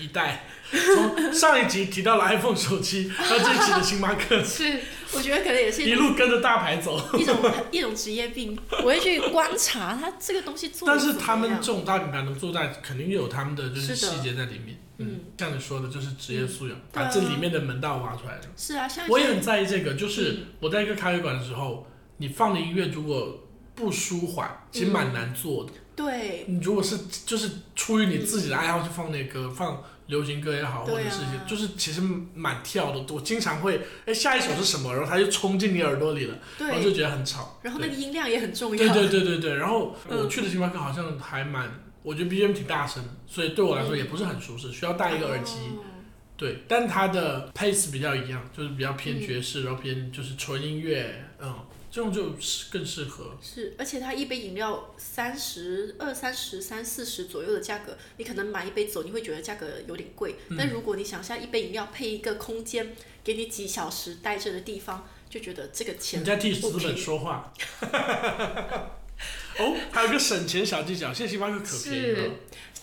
Speaker 1: 一代，从上一集提到了 iPhone 手机，到这一集的星巴克，
Speaker 2: 是，
Speaker 3: 我觉得可能也是
Speaker 1: 一
Speaker 3: 一种
Speaker 1: 路跟着大牌走。
Speaker 3: 一种一种职业病。我会去观察它这个东西做
Speaker 1: 但
Speaker 3: 的
Speaker 1: 是他们这种大品牌能做在，肯定有他们的就是
Speaker 3: 是的
Speaker 1: 细节在里面。
Speaker 3: 嗯，
Speaker 1: 像你说的，就是职业素养，
Speaker 3: 对
Speaker 1: 把
Speaker 3: 啊
Speaker 1: 这里面的门道挖出来了。
Speaker 3: 是嗯啊，像一
Speaker 1: 我也
Speaker 3: 些
Speaker 1: 很在意这个，就是我在一个咖啡馆的时候，你放的音乐如果不舒缓，其实
Speaker 3: 嗯
Speaker 1: 蛮难做的。
Speaker 3: 对
Speaker 1: 你如果是就是出于你自己的爱好去放那歌，放流行歌也好，
Speaker 3: 对啊
Speaker 1: 或者是一些就是其实蛮跳的。我经常会哎下一首是什么，然后它就冲进你耳朵里了，然后就
Speaker 3: 对，
Speaker 1: 觉得很吵。
Speaker 3: 然后那个音量也很重要。
Speaker 1: 对对对对对，然后
Speaker 3: 嗯
Speaker 1: 我去的星巴克好像还蛮，我觉得 BGM 挺大声，所以对我来说
Speaker 3: 嗯
Speaker 1: 也不是很舒适，需要戴一个耳机。
Speaker 3: 哦
Speaker 1: 对，但它的 pace 比较一样，就是比较
Speaker 3: 嗯
Speaker 1: 偏爵士，然后偏就是纯音乐，嗯，这种就是更适合。
Speaker 3: 是，而且它一杯饮料三十二、三十三、四十左右的价格，你可能买一杯走，你会觉得价格有点贵。
Speaker 1: 嗯
Speaker 3: 但如果你想像一杯饮料配一个空间，给你几小时待
Speaker 1: 嗯
Speaker 3: 着的地方，就觉得这个
Speaker 1: 你
Speaker 3: 钱
Speaker 1: 在替
Speaker 3: 不
Speaker 1: 资本
Speaker 3: 便宜
Speaker 1: 说话。哦，还有个省钱小技巧，现在星巴克可便宜了
Speaker 2: 是，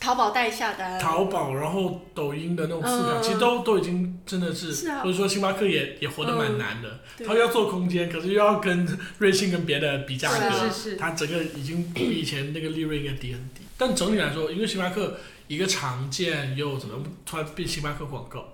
Speaker 3: 淘宝代下单，
Speaker 1: 淘宝，然后抖音的那种次卡，
Speaker 3: 嗯
Speaker 1: 其实都都已经真的是，
Speaker 3: 是啊嗯
Speaker 1: 或者说星巴克也也活得蛮难的，
Speaker 3: 对
Speaker 1: 它要做空间，可是又要跟瑞幸跟别的比价
Speaker 3: 是
Speaker 1: 格，
Speaker 3: 啊
Speaker 2: 是是
Speaker 1: 它整个已经比以前那个利润应该低很低。但整体来说，因为星巴克一个常见又怎么突然变星巴克广 告，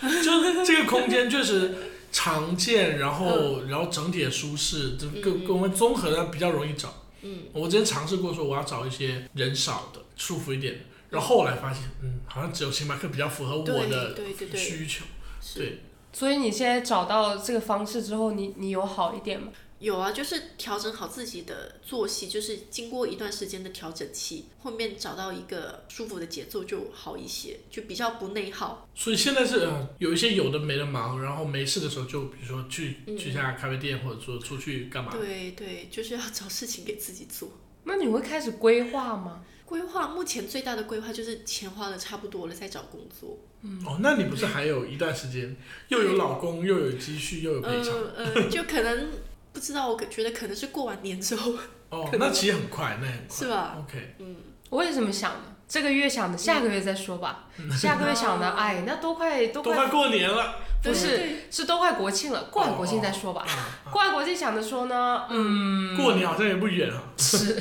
Speaker 1: 就是这个空间确实常见，然后、然后整体也舒适，就
Speaker 3: 嗯
Speaker 1: 跟跟我们综合的比较容易找。
Speaker 3: 嗯，
Speaker 1: 我之前尝试过说我要找一些人少的、舒服一点的，然后后来发现，嗯，好像只有星巴克比较符合
Speaker 3: 对
Speaker 1: 我的
Speaker 3: 对对对，
Speaker 1: 需求。
Speaker 3: 是
Speaker 1: 对，
Speaker 2: 所以你现在找到这个方式之后，你你有好一点吗？
Speaker 3: 有啊，就是调整好自己的作息，就是经过一段时间的调整期，后面找到一个舒服的节奏就好一些，就比较不内耗。
Speaker 1: 所以现在是、呃、有一些有的没的忙，然后没事的时候就比如说去、
Speaker 3: 嗯
Speaker 1: 去下咖啡店，或者说出去干嘛。
Speaker 3: 对对，就是要找事情给自己做。
Speaker 2: 那你会开始规划吗？
Speaker 3: 规划目前最大的规划就是钱花的差不多了，再找工作。
Speaker 1: 哦，那你不是还有一段时间，又有老公，又有积蓄，又有赔
Speaker 3: 嗯
Speaker 1: 偿？
Speaker 3: 嗯，就可能不知道，我可觉得可能是过完年之后，
Speaker 1: 哦
Speaker 3: 可，能
Speaker 1: 那其实很快，那很快。
Speaker 3: 是吧？
Speaker 1: OK，
Speaker 2: 我也这么想的，这个月想的，下个月再说吧。下个月想的，哎，那都快
Speaker 1: 嗯
Speaker 2: 都
Speaker 1: 都
Speaker 2: 快
Speaker 1: 快过年了，
Speaker 2: 不
Speaker 3: 对
Speaker 2: 是
Speaker 3: 对
Speaker 2: 是都快国庆了，过完国庆再说
Speaker 3: 啊
Speaker 2: 吧。过完国庆想着说呢，
Speaker 1: 啊
Speaker 2: 嗯，
Speaker 1: 哦过年好像也不远啊。
Speaker 2: 是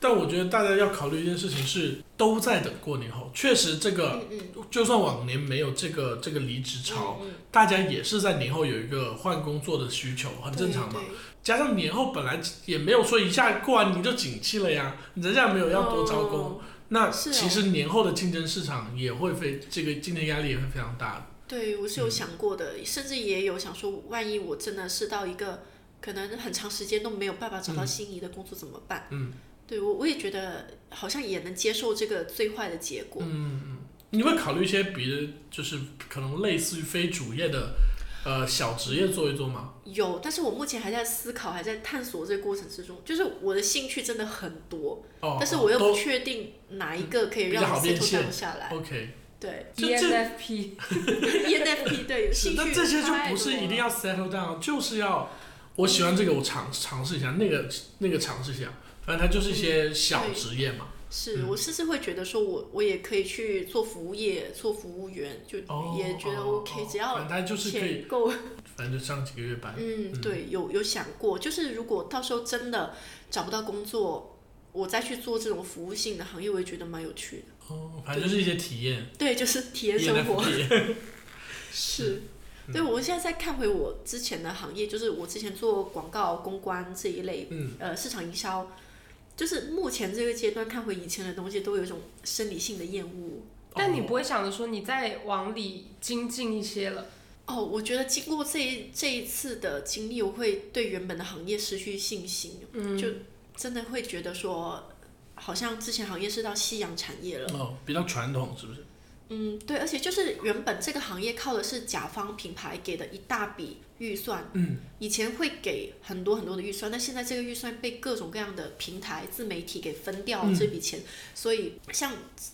Speaker 1: 但我觉得大家要考虑一件事情是，都在等过年后。确实，这个
Speaker 3: 嗯嗯
Speaker 1: 就算往年没有这个这个离职潮，
Speaker 3: 嗯
Speaker 1: 大家也是在年后有一个换工作的需求，很正常嘛。
Speaker 3: 对对
Speaker 1: 加上年后本来也没有说一下过完你就景气了呀，人家没有要多招工，
Speaker 3: 哦
Speaker 1: 那
Speaker 3: 是哦
Speaker 1: 其实年后的竞争市场也会非这个竞争压力也会非常大的。
Speaker 3: 对，我
Speaker 1: 嗯
Speaker 3: 是有想过的，甚至也有想说，万一我真的是到一个可能很长时间都没有办法找到心仪的工作怎么办？
Speaker 1: 嗯，
Speaker 3: 对我我也觉得好像也能接受这个最坏的结果。
Speaker 1: 嗯你会考虑一些别的，就是可能类似于非主业的呃小职业做一做吗？
Speaker 3: 有，但是我目前还在思考，还在探索这个过程之中。就是我的兴趣真的很多，
Speaker 1: 哦，
Speaker 3: 但是我又
Speaker 1: 都嗯
Speaker 3: 不确定哪一个可以
Speaker 1: 比较
Speaker 3: 让我
Speaker 1: 好变
Speaker 3: settle
Speaker 1: 现
Speaker 3: down 下 来。
Speaker 1: OK，
Speaker 3: 对
Speaker 1: 这
Speaker 3: E
Speaker 2: ，E
Speaker 1: 这
Speaker 2: ENFP，
Speaker 3: ，ENFP 对，
Speaker 1: 是
Speaker 3: 兴
Speaker 1: 那
Speaker 3: 趣
Speaker 1: 这些就
Speaker 3: 太
Speaker 1: 不是
Speaker 3: 多
Speaker 1: 一定
Speaker 3: 了
Speaker 1: 要 settle down，就是要我喜欢这
Speaker 3: 嗯
Speaker 1: 个，我尝尝试一下，那个那个尝试一下，反正它就是一些小职业嘛。
Speaker 3: 是我甚至会觉得说我我也可以去做服务业，做服务员，就
Speaker 1: 哦，
Speaker 3: 也觉得
Speaker 1: 哦
Speaker 3: OK，、
Speaker 1: 哦
Speaker 3: 只要
Speaker 1: 反正它就是可以，
Speaker 3: 钱够。
Speaker 1: 反正就上几个月班。
Speaker 3: 嗯，对，有有想过，就是如果到时候真的找不到工作，我再去做这种服务性的行业，我也觉得蛮有趣的。
Speaker 1: 哦，反正就是一些体验，E
Speaker 3: 对，就是体验生活。
Speaker 1: ENFP
Speaker 3: 是，对我现在在看回我之前的行业，就是我之前做广告公关这一类，
Speaker 1: 嗯，
Speaker 3: 呃，市场营销，就是目前这个阶段看回以前的东西，都有一种生理性的厌恶。
Speaker 2: 但你不会想着说你再往里精进一些了。
Speaker 3: 哦，我觉得经过这一这一次的经历，我会对原本的行业失去信心，
Speaker 2: 嗯，
Speaker 3: 就真的会觉得说，好像之前行业是到夕阳产 业了。
Speaker 1: 哦，比较传统是不是？
Speaker 3: 嗯，对，而且就是原本这个行业靠的是甲方品牌给的一大笔预算，
Speaker 1: 嗯，
Speaker 3: 以前会给很多很多的预算，但现在这个预算被各种各样的平台、自媒体给分掉
Speaker 1: 嗯
Speaker 3: 这笔钱，所以像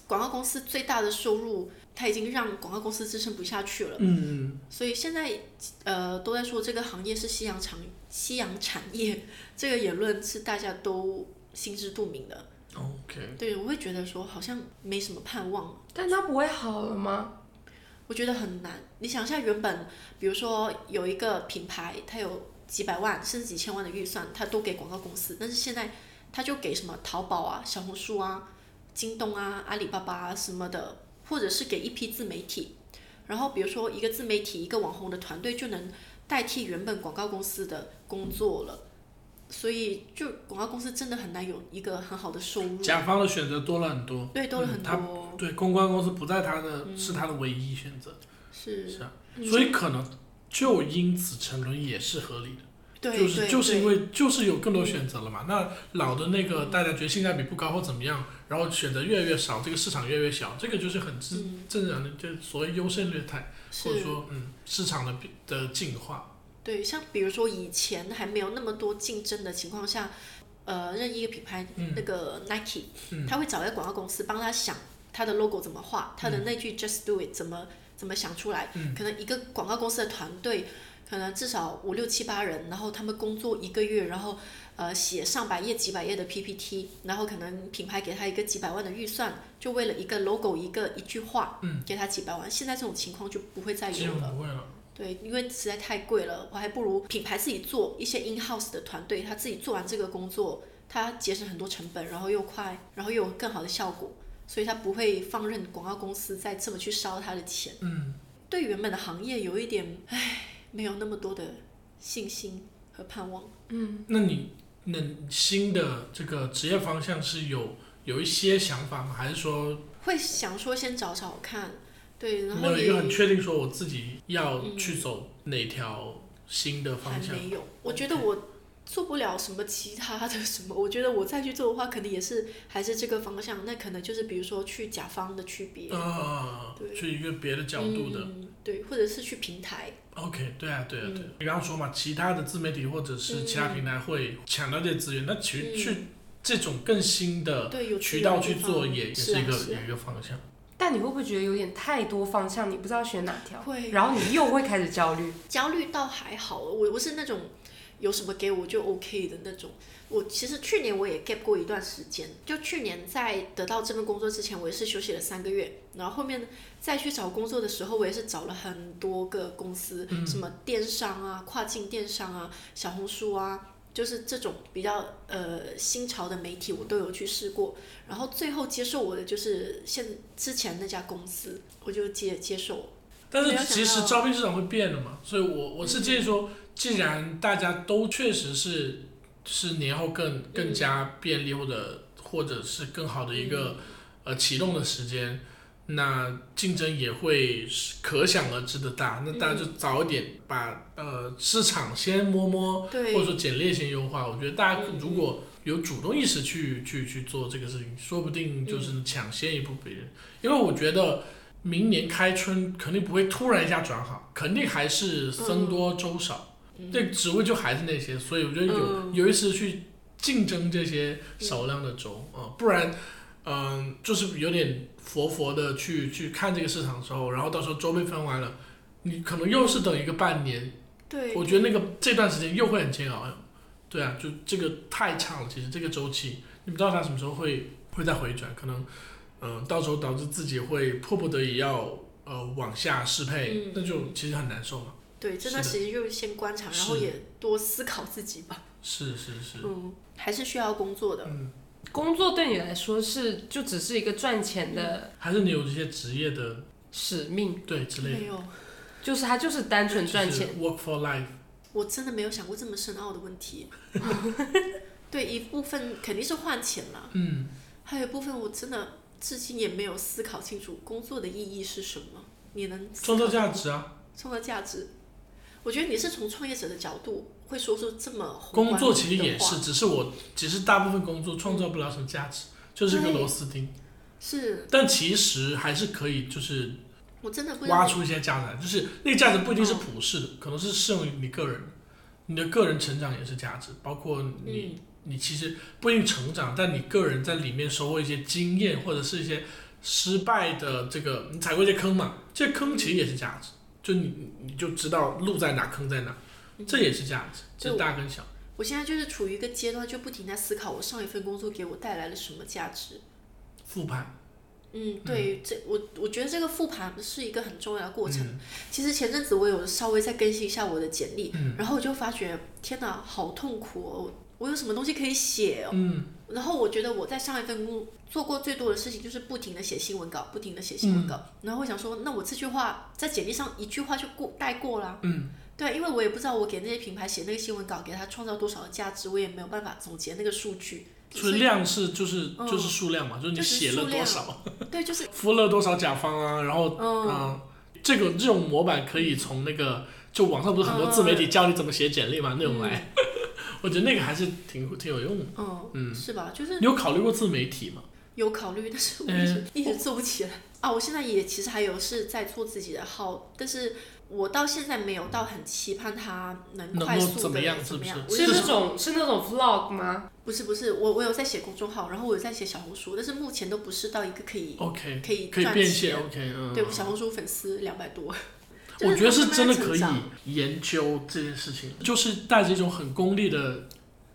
Speaker 3: 广告公司最大的收入，它已经让广告公司支撑不下去了。
Speaker 1: 嗯
Speaker 3: 所以现在呃都在说这个行业是夕阳产夕阳产业，这个言论是大家都心知肚明的。
Speaker 1: 嗯，OK，
Speaker 3: 对，我会觉得说好像没什么盼望，
Speaker 2: 但它不会好了吗？
Speaker 3: 我觉得很难。你想一下，原本比如说有一个品牌，它有几百万甚至几千万的预算，它都给广告公司，但是现在它就给什么淘宝啊、小红书啊、京东啊、阿里巴巴啊什么的，或者是给一批自媒体。然后比如说一个自媒体、一个网红的团队就能代替原本广告公司的工作了，所以就广告公司真的很难有一个很好的收入。
Speaker 1: 甲方的选择多了很多，
Speaker 3: 对，多了很
Speaker 1: 嗯它
Speaker 3: 多，
Speaker 1: 对，公关公司不在他的、
Speaker 3: 嗯
Speaker 1: 是他的唯一选择，
Speaker 3: 是
Speaker 1: 是，啊，
Speaker 3: 嗯
Speaker 2: 嗯
Speaker 1: 所以可能就因此沉沦也是合理的。
Speaker 3: 对，
Speaker 1: 就是
Speaker 3: 对
Speaker 1: 就是
Speaker 3: 对嗯
Speaker 1: 因为就是有更多选择了嘛。那老的那个大家觉得性价比不高或怎么样，然后选择越来越少，这个市场越来越小，这个就是很
Speaker 3: 嗯
Speaker 1: 正正常的，就是所谓优胜劣汰，
Speaker 3: 是
Speaker 1: 或者说嗯市场的的进化。
Speaker 3: 对，像比如说以前还没有那么多竞争的情况下，呃，任意一个品牌，
Speaker 1: 嗯
Speaker 3: 那个 Nike，、
Speaker 1: 嗯
Speaker 3: 他会找一个广告公司帮他想他的 logo 怎么
Speaker 1: 嗯
Speaker 3: 画，他的那句 Just Do It 怎么怎么想出来，可能一个广告公司的团队。可能至少五六七八人，然后他们工作一个月，然后呃写上百页、几百页的 PPT，然后可能品牌给他一个几百万的预算，就为了一个 logo、一个一句话，
Speaker 1: 嗯，
Speaker 3: 给他几百万。现在这种情况就不会再
Speaker 1: 基
Speaker 3: 有
Speaker 1: 本
Speaker 3: 了。
Speaker 1: 不会了。
Speaker 3: 对，因为实在太贵了，我还不如品牌自己做一些 in house 的团队，他自己做完这个工作，他节省很多成本，然后又快，然后又有更好的效果，所以他不会放任广告公司再这么去烧他的钱。
Speaker 1: 嗯，
Speaker 3: 对原本的行业有一点，唉，没有那么多的信心和盼望。
Speaker 1: 那你那你新的这个职业方向是有有一些想法吗？还是说
Speaker 3: 会想说先找找看，对，然
Speaker 1: 没
Speaker 3: 后
Speaker 1: 有一
Speaker 3: 也
Speaker 1: 个很确定说我自己要去走哪条新的
Speaker 3: 还
Speaker 1: 方向？
Speaker 3: 没有。我觉得我做不了什么其他的什么，我 觉得我再去做的话，可能也是还是这个方向。那可能就是比如说去甲方的区别，
Speaker 1: 啊，
Speaker 3: 对
Speaker 1: 去一个别的角度的。
Speaker 3: 嗯，对，或者是去平台，嗯
Speaker 1: OK，对啊，对啊，对啊。你刚刚说嘛，其他的自媒体或者是其他平台会抢到这些资源，那其实
Speaker 3: 嗯
Speaker 1: 去这种更新的
Speaker 3: 对，有
Speaker 1: 啊渠
Speaker 3: 资源
Speaker 1: 道
Speaker 3: 的
Speaker 1: 去
Speaker 3: 地
Speaker 1: 做
Speaker 3: 方
Speaker 1: 也，也
Speaker 3: 是
Speaker 1: 一个
Speaker 3: 啊、是
Speaker 1: 也一个方向。
Speaker 2: 但你会不会觉得有点太多方向，你不知道选哪条
Speaker 3: 啊、，会
Speaker 2: 然后你又会开始焦 虑？
Speaker 3: 焦虑倒还好，我我是那种有什么给我就 OK 的那种。我其实去年我也 gap 过一段时间，就去年在得到这份工作之前，我也是休息了三个月，然后后面再去找工作的时候，我也是找了很多个公司，
Speaker 1: 嗯
Speaker 3: 什么电商啊、跨境电商啊、小红书啊。就是这种比较呃新潮的媒体，我都有去试过，然后最后接受我的就是现之前那家公司，我就接接受。
Speaker 1: 但
Speaker 3: 没有
Speaker 1: 是
Speaker 3: 想
Speaker 1: 其实
Speaker 3: 到嗯
Speaker 1: 招聘市场会变的嘛，所以我我是建议说，既然大家都确实是是年后更
Speaker 3: 嗯
Speaker 1: 更加便利或者或者是更好的一
Speaker 3: 嗯
Speaker 1: 个呃启动的时间，那竞争也会是可想而知的大，那大家
Speaker 3: 嗯
Speaker 1: 就早一点把呃市场先摸摸，
Speaker 3: 对，
Speaker 1: 或者说简略先优化。我觉得大家如果有主动意识去去去做这个事情，说不定就是抢先一步别人。因为我觉得明年开春肯定不会突然一下转好，肯定还是僧多粥少，这职位就还是那些，所以我觉得有、有意识去竞争这些少量的粥啊、不然。嗯，就是有点佛佛的去去看这个市场的时候，然后到时候粥被分完了，你可能又是等一个半年，
Speaker 3: 对，
Speaker 1: 我觉得那个这段时间又会很煎熬，对啊，就这个太长了，其实这个周期，你不知道它什么时候会会再回转，可能，嗯、到时候导致自己会迫不得已要呃往下适配，
Speaker 3: 嗯
Speaker 1: 那就其实很难受嘛。
Speaker 3: 对，这
Speaker 1: 是
Speaker 3: 段
Speaker 1: 的
Speaker 3: 时间就先观察，然
Speaker 1: 是
Speaker 3: 后也多思考自己吧。
Speaker 1: 是是是，
Speaker 3: 嗯，还是需要工作的。
Speaker 1: 嗯，
Speaker 2: 工作对你来说是就只是一个赚钱的
Speaker 1: 还是你有这些职业的
Speaker 2: 使命，
Speaker 1: 对之类
Speaker 3: 没
Speaker 1: 的，
Speaker 3: 有，
Speaker 2: 就是它就是单纯赚钱。
Speaker 1: 就是，work for life，
Speaker 3: 我真的没有想过这么深奥的问 题。对，一部分肯定是换钱啦，
Speaker 1: 嗯，
Speaker 3: 还有一部分我真的至今也没有思考清楚工作的意义是什么。你能思
Speaker 1: 创造
Speaker 3: 考
Speaker 1: 价值啊，
Speaker 3: 创造价值？我觉得你是从创业者的角度会说出这么宏
Speaker 1: 工
Speaker 3: 观
Speaker 1: 作其实
Speaker 3: 的
Speaker 1: 也
Speaker 3: 话
Speaker 1: 是，只是我只是大部分工作创造不了什么价值，就是一个
Speaker 3: 对
Speaker 1: 螺丝钉，
Speaker 3: 是
Speaker 1: 但其实还是可以就是
Speaker 3: 我真的不知嗯道
Speaker 1: 挖出一些价值来，就是那个价值不一定是普世的，可能是适用于你个人，你的个人成长也是价值，包括
Speaker 3: 嗯
Speaker 1: 你、你其实不一定成长，但你个人在里面收获一些经验或者是一些失败的这个，你踩过一些坑嘛，这坑其实也是价值，就你你就知道路在哪，坑在哪，
Speaker 3: 嗯
Speaker 1: 这也是价值，这是大跟小。
Speaker 3: 我现在就是处于一个阶段，就不停在思考我上一份工作给我带来了什么价值。
Speaker 1: 复盘
Speaker 3: 嗯，对，这我我觉得这个复盘是一个很重要的过
Speaker 1: 嗯
Speaker 3: 程。其实前阵子我有稍微再更新一下我的简历，
Speaker 1: 嗯
Speaker 3: 然后我就发觉，天哪，好痛苦哦！我我有什么东西可以写哦？
Speaker 1: 嗯，
Speaker 3: 然后我觉得我在上一份工做过最多的事情就是不停的写新闻稿，不停的写新闻稿。
Speaker 1: 嗯
Speaker 3: 然后我想说，那我这句话在简历上一句话就过带过啦。
Speaker 1: 嗯，
Speaker 3: 对，因为我也不知道我给那些品牌写那个新闻稿，给他创造多少的价值，我也没有办法总结那个数据。
Speaker 1: 所以量是就是
Speaker 3: 嗯
Speaker 1: 就是数量嘛，就是你
Speaker 3: 就是
Speaker 1: 写了
Speaker 3: 数量
Speaker 1: 多少。
Speaker 3: 对，就是
Speaker 1: 敷了多少甲方啊，然后嗯、这个这种模板可以从那个就网上不是很多自媒体教你怎么写简历嘛那种来， 我觉得那个还是挺挺有用的。
Speaker 3: 嗯，是吧？就是
Speaker 1: 你有考虑过自媒体吗？
Speaker 3: 有考虑，但是我一
Speaker 1: 嗯
Speaker 3: 直、一直做不起来啊！我现在也其实还有是在做自己的号，但是我到现在没有到很期盼它能
Speaker 1: 能
Speaker 3: 快
Speaker 1: 够
Speaker 3: 速的
Speaker 1: 怎么样
Speaker 3: 怎么样
Speaker 1: 是，不
Speaker 3: 我
Speaker 2: 是
Speaker 3: 就
Speaker 2: 那种是那种 vlog 吗？
Speaker 3: 不是不是，我我有在写公众号，然后我有在写小红书，但是目前都不是到一个可以
Speaker 1: OK，
Speaker 3: 可以
Speaker 1: 嗯可以
Speaker 3: 赚
Speaker 1: 变
Speaker 3: 钱
Speaker 1: 现，OK，嗯，
Speaker 3: 对小红书粉丝两百多，就是
Speaker 1: 我觉得
Speaker 3: 他
Speaker 1: 是
Speaker 3: 慢慢
Speaker 1: 真的
Speaker 3: 成
Speaker 1: 可以
Speaker 3: 长
Speaker 1: 研究这件事情，就是带着一种很功利的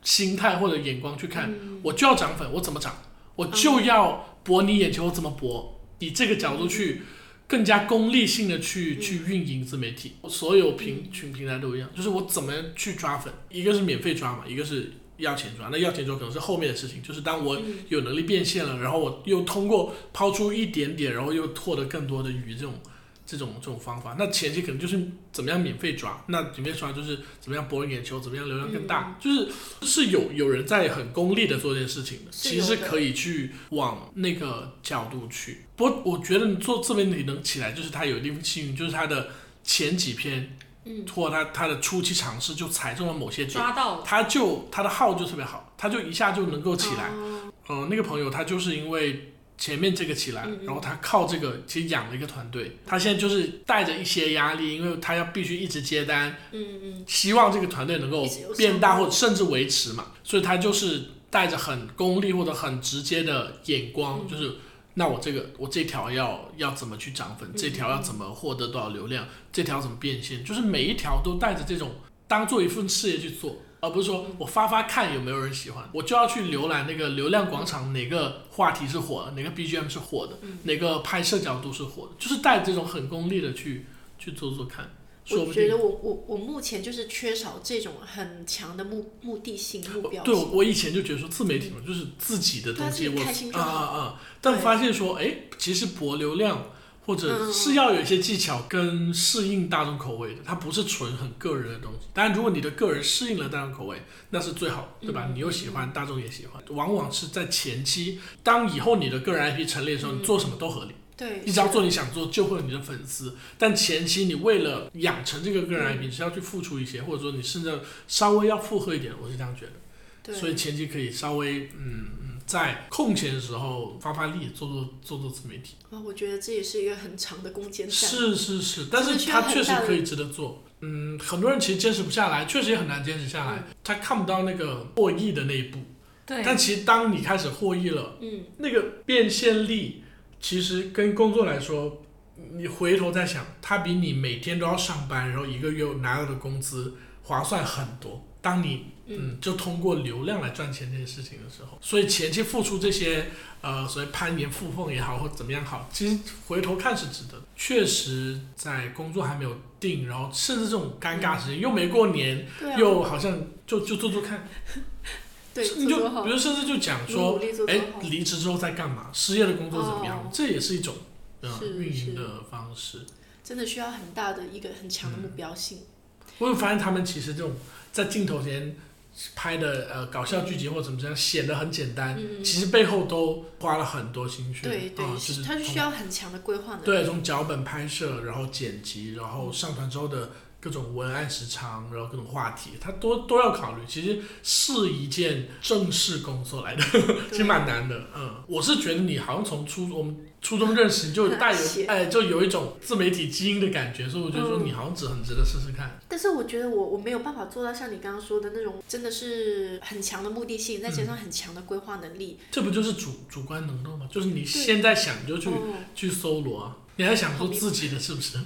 Speaker 1: 心态或者眼光去看，
Speaker 3: 嗯
Speaker 1: 我就要涨粉，我怎么涨，我就要博你眼球，我怎么博，以这个角度
Speaker 3: 嗯
Speaker 1: 去更加功利性的去、去运营自媒体，所有
Speaker 3: 嗯
Speaker 1: 平群平台都一样，就是我怎么去抓粉，一个是免费抓嘛，一个是。要钱抓，那要钱抓可能是后面的事情，就是当我有能力变现了，然后我又通过抛出一点点，然后又获得更多的鱼这种这种这种方法。那前期可能就是怎么样免费抓，那免费抓就是怎么样博人眼球，怎么样流量更大，就是是有有人在很功利的做这件事情的，
Speaker 3: 是
Speaker 1: 其实
Speaker 3: 有
Speaker 1: 是
Speaker 3: 的
Speaker 1: 可以去往那个角度去。不过我觉得你做自媒体能起来，就是他有一定幸运，就是他的前几篇，嗯，或他他的初期尝试就踩中了某些点，
Speaker 2: 抓到
Speaker 1: 他就他的号就特别好，他就一下就能够起来。嗯、那个朋友他就是因为前面这个起来，然后他靠这个其实养了一个团队，他现在就是带着一些压力，因为他要必须一直接单，嗯嗯，希望这个团队能够
Speaker 3: 一直有
Speaker 1: 变大
Speaker 3: 上
Speaker 1: 或
Speaker 3: 路
Speaker 1: 者甚至维持嘛，所以他就是带着很功利或者很直接的眼光，就是。那我这个我这条要要怎么去涨粉？这条要怎么获得多少流量？这条怎么变现？就是每一条都带着这种当做一份事业去做，而不是说我发发看有没有人喜欢，我就要去浏览那个流量广场哪个话题是火的，哪个 BGM 是火的，
Speaker 3: 嗯
Speaker 1: 哪个拍摄角度是火的，就是带这种很功利的去去做做看，说
Speaker 3: 我
Speaker 1: 不
Speaker 3: 觉
Speaker 1: 定。
Speaker 3: 得我我我目前就是缺少这种很强的目目的性目标
Speaker 1: 哦对，
Speaker 3: 性。
Speaker 1: 我我以前就觉得说自媒体嘛，就是自己的东西，
Speaker 3: 对啊自己
Speaker 1: 我
Speaker 3: 开心就
Speaker 1: 啊
Speaker 3: 好
Speaker 1: 啊啊！但
Speaker 3: 对
Speaker 1: 发现说，哎，其实博流量或者
Speaker 3: 嗯
Speaker 1: 是要有一些技巧跟适应大众口味的，它不是纯很个人的东西。当然，如果你的个人适应了大众口味，那是最好，对吧？
Speaker 3: 嗯
Speaker 1: 你又喜欢，大众也喜欢。往往是在前期，当以后你的个人 IP 成立的时候，你做什么都合理。
Speaker 3: 嗯对，
Speaker 1: 你只要做你想做，就会有你的粉丝。但前期你为了养成这个个
Speaker 3: 嗯
Speaker 1: 人 IP，你是要去付出一些，或者说你甚至稍微要附和一点，我是这样觉得。
Speaker 3: 对，
Speaker 1: 所以前期可以稍微嗯嗯，在空闲的时候发发力，做做做做自媒体。
Speaker 3: 啊，我觉得这也是一个很长的攻坚战。
Speaker 1: 是是是，但
Speaker 3: 这个
Speaker 1: 是
Speaker 3: 需
Speaker 1: 它
Speaker 3: 要
Speaker 1: 确
Speaker 3: 很
Speaker 1: 实
Speaker 3: 大的
Speaker 1: 可以值得做。嗯，很多人其实坚持不下来，确实也很难坚持下
Speaker 3: 嗯
Speaker 1: 来，他看不到那个获益的那一步。
Speaker 2: 对，
Speaker 1: 但其实当你开始获益了，
Speaker 3: 嗯，
Speaker 1: 那个变现力其实跟工作来说，你回头再想，它比你每天都要上班，然后一个月拿到的工资划算很多。当你嗯，就通过流量来赚钱这件事情的时候，所以前期付出这些呃，所谓攀岩附凤也好，或怎么样好，其实回头看是值得的。确实，在工作还没有定，然后甚至这种尴尬时间，又没过年，
Speaker 3: 对啊，
Speaker 1: 又好像就就做做看，
Speaker 3: 对，
Speaker 1: 你
Speaker 3: 做
Speaker 1: 就
Speaker 3: 做好
Speaker 1: 比，如甚至就讲说
Speaker 3: 努力做，做
Speaker 1: 哎，
Speaker 3: 好
Speaker 1: 离职之后在干嘛？失业的工作怎么样？
Speaker 3: 哦
Speaker 1: 这也是一种呃
Speaker 3: 是
Speaker 1: 运营
Speaker 3: 是
Speaker 1: 的方式。
Speaker 3: 真的需要很大的一个很强的目标性。
Speaker 1: 我会发现他们其实这种在镜头前拍的呃搞笑剧集或怎么样，显得很简单，其实背后都花了很多心血。
Speaker 3: 嗯对
Speaker 1: 啊
Speaker 3: 对，
Speaker 1: 就是
Speaker 3: 它是需
Speaker 1: 从
Speaker 3: 要很强的规划能力。
Speaker 1: 对从脚本拍摄，然后剪辑，然后上传之后的各种文案时长，然后各种话题，它都都要考虑。其实是一件正式工作来的， 其实蛮难的。嗯，我是觉得你好像从初我们初中认识你 就带有
Speaker 3: 很难写
Speaker 1: 哎，就有一种自媒体基因的感觉，所以我觉得说
Speaker 3: 嗯
Speaker 1: 你好像只很值得试试看。
Speaker 3: 但是我觉得我我没有办法做到像你刚刚说的那种，真的是很强的目的性，再加上很强的规划能力。
Speaker 1: 这不就是主主观能动吗？就是你现在想就去
Speaker 3: 哦，
Speaker 1: 去搜罗啊，你还想做自己的是不是？，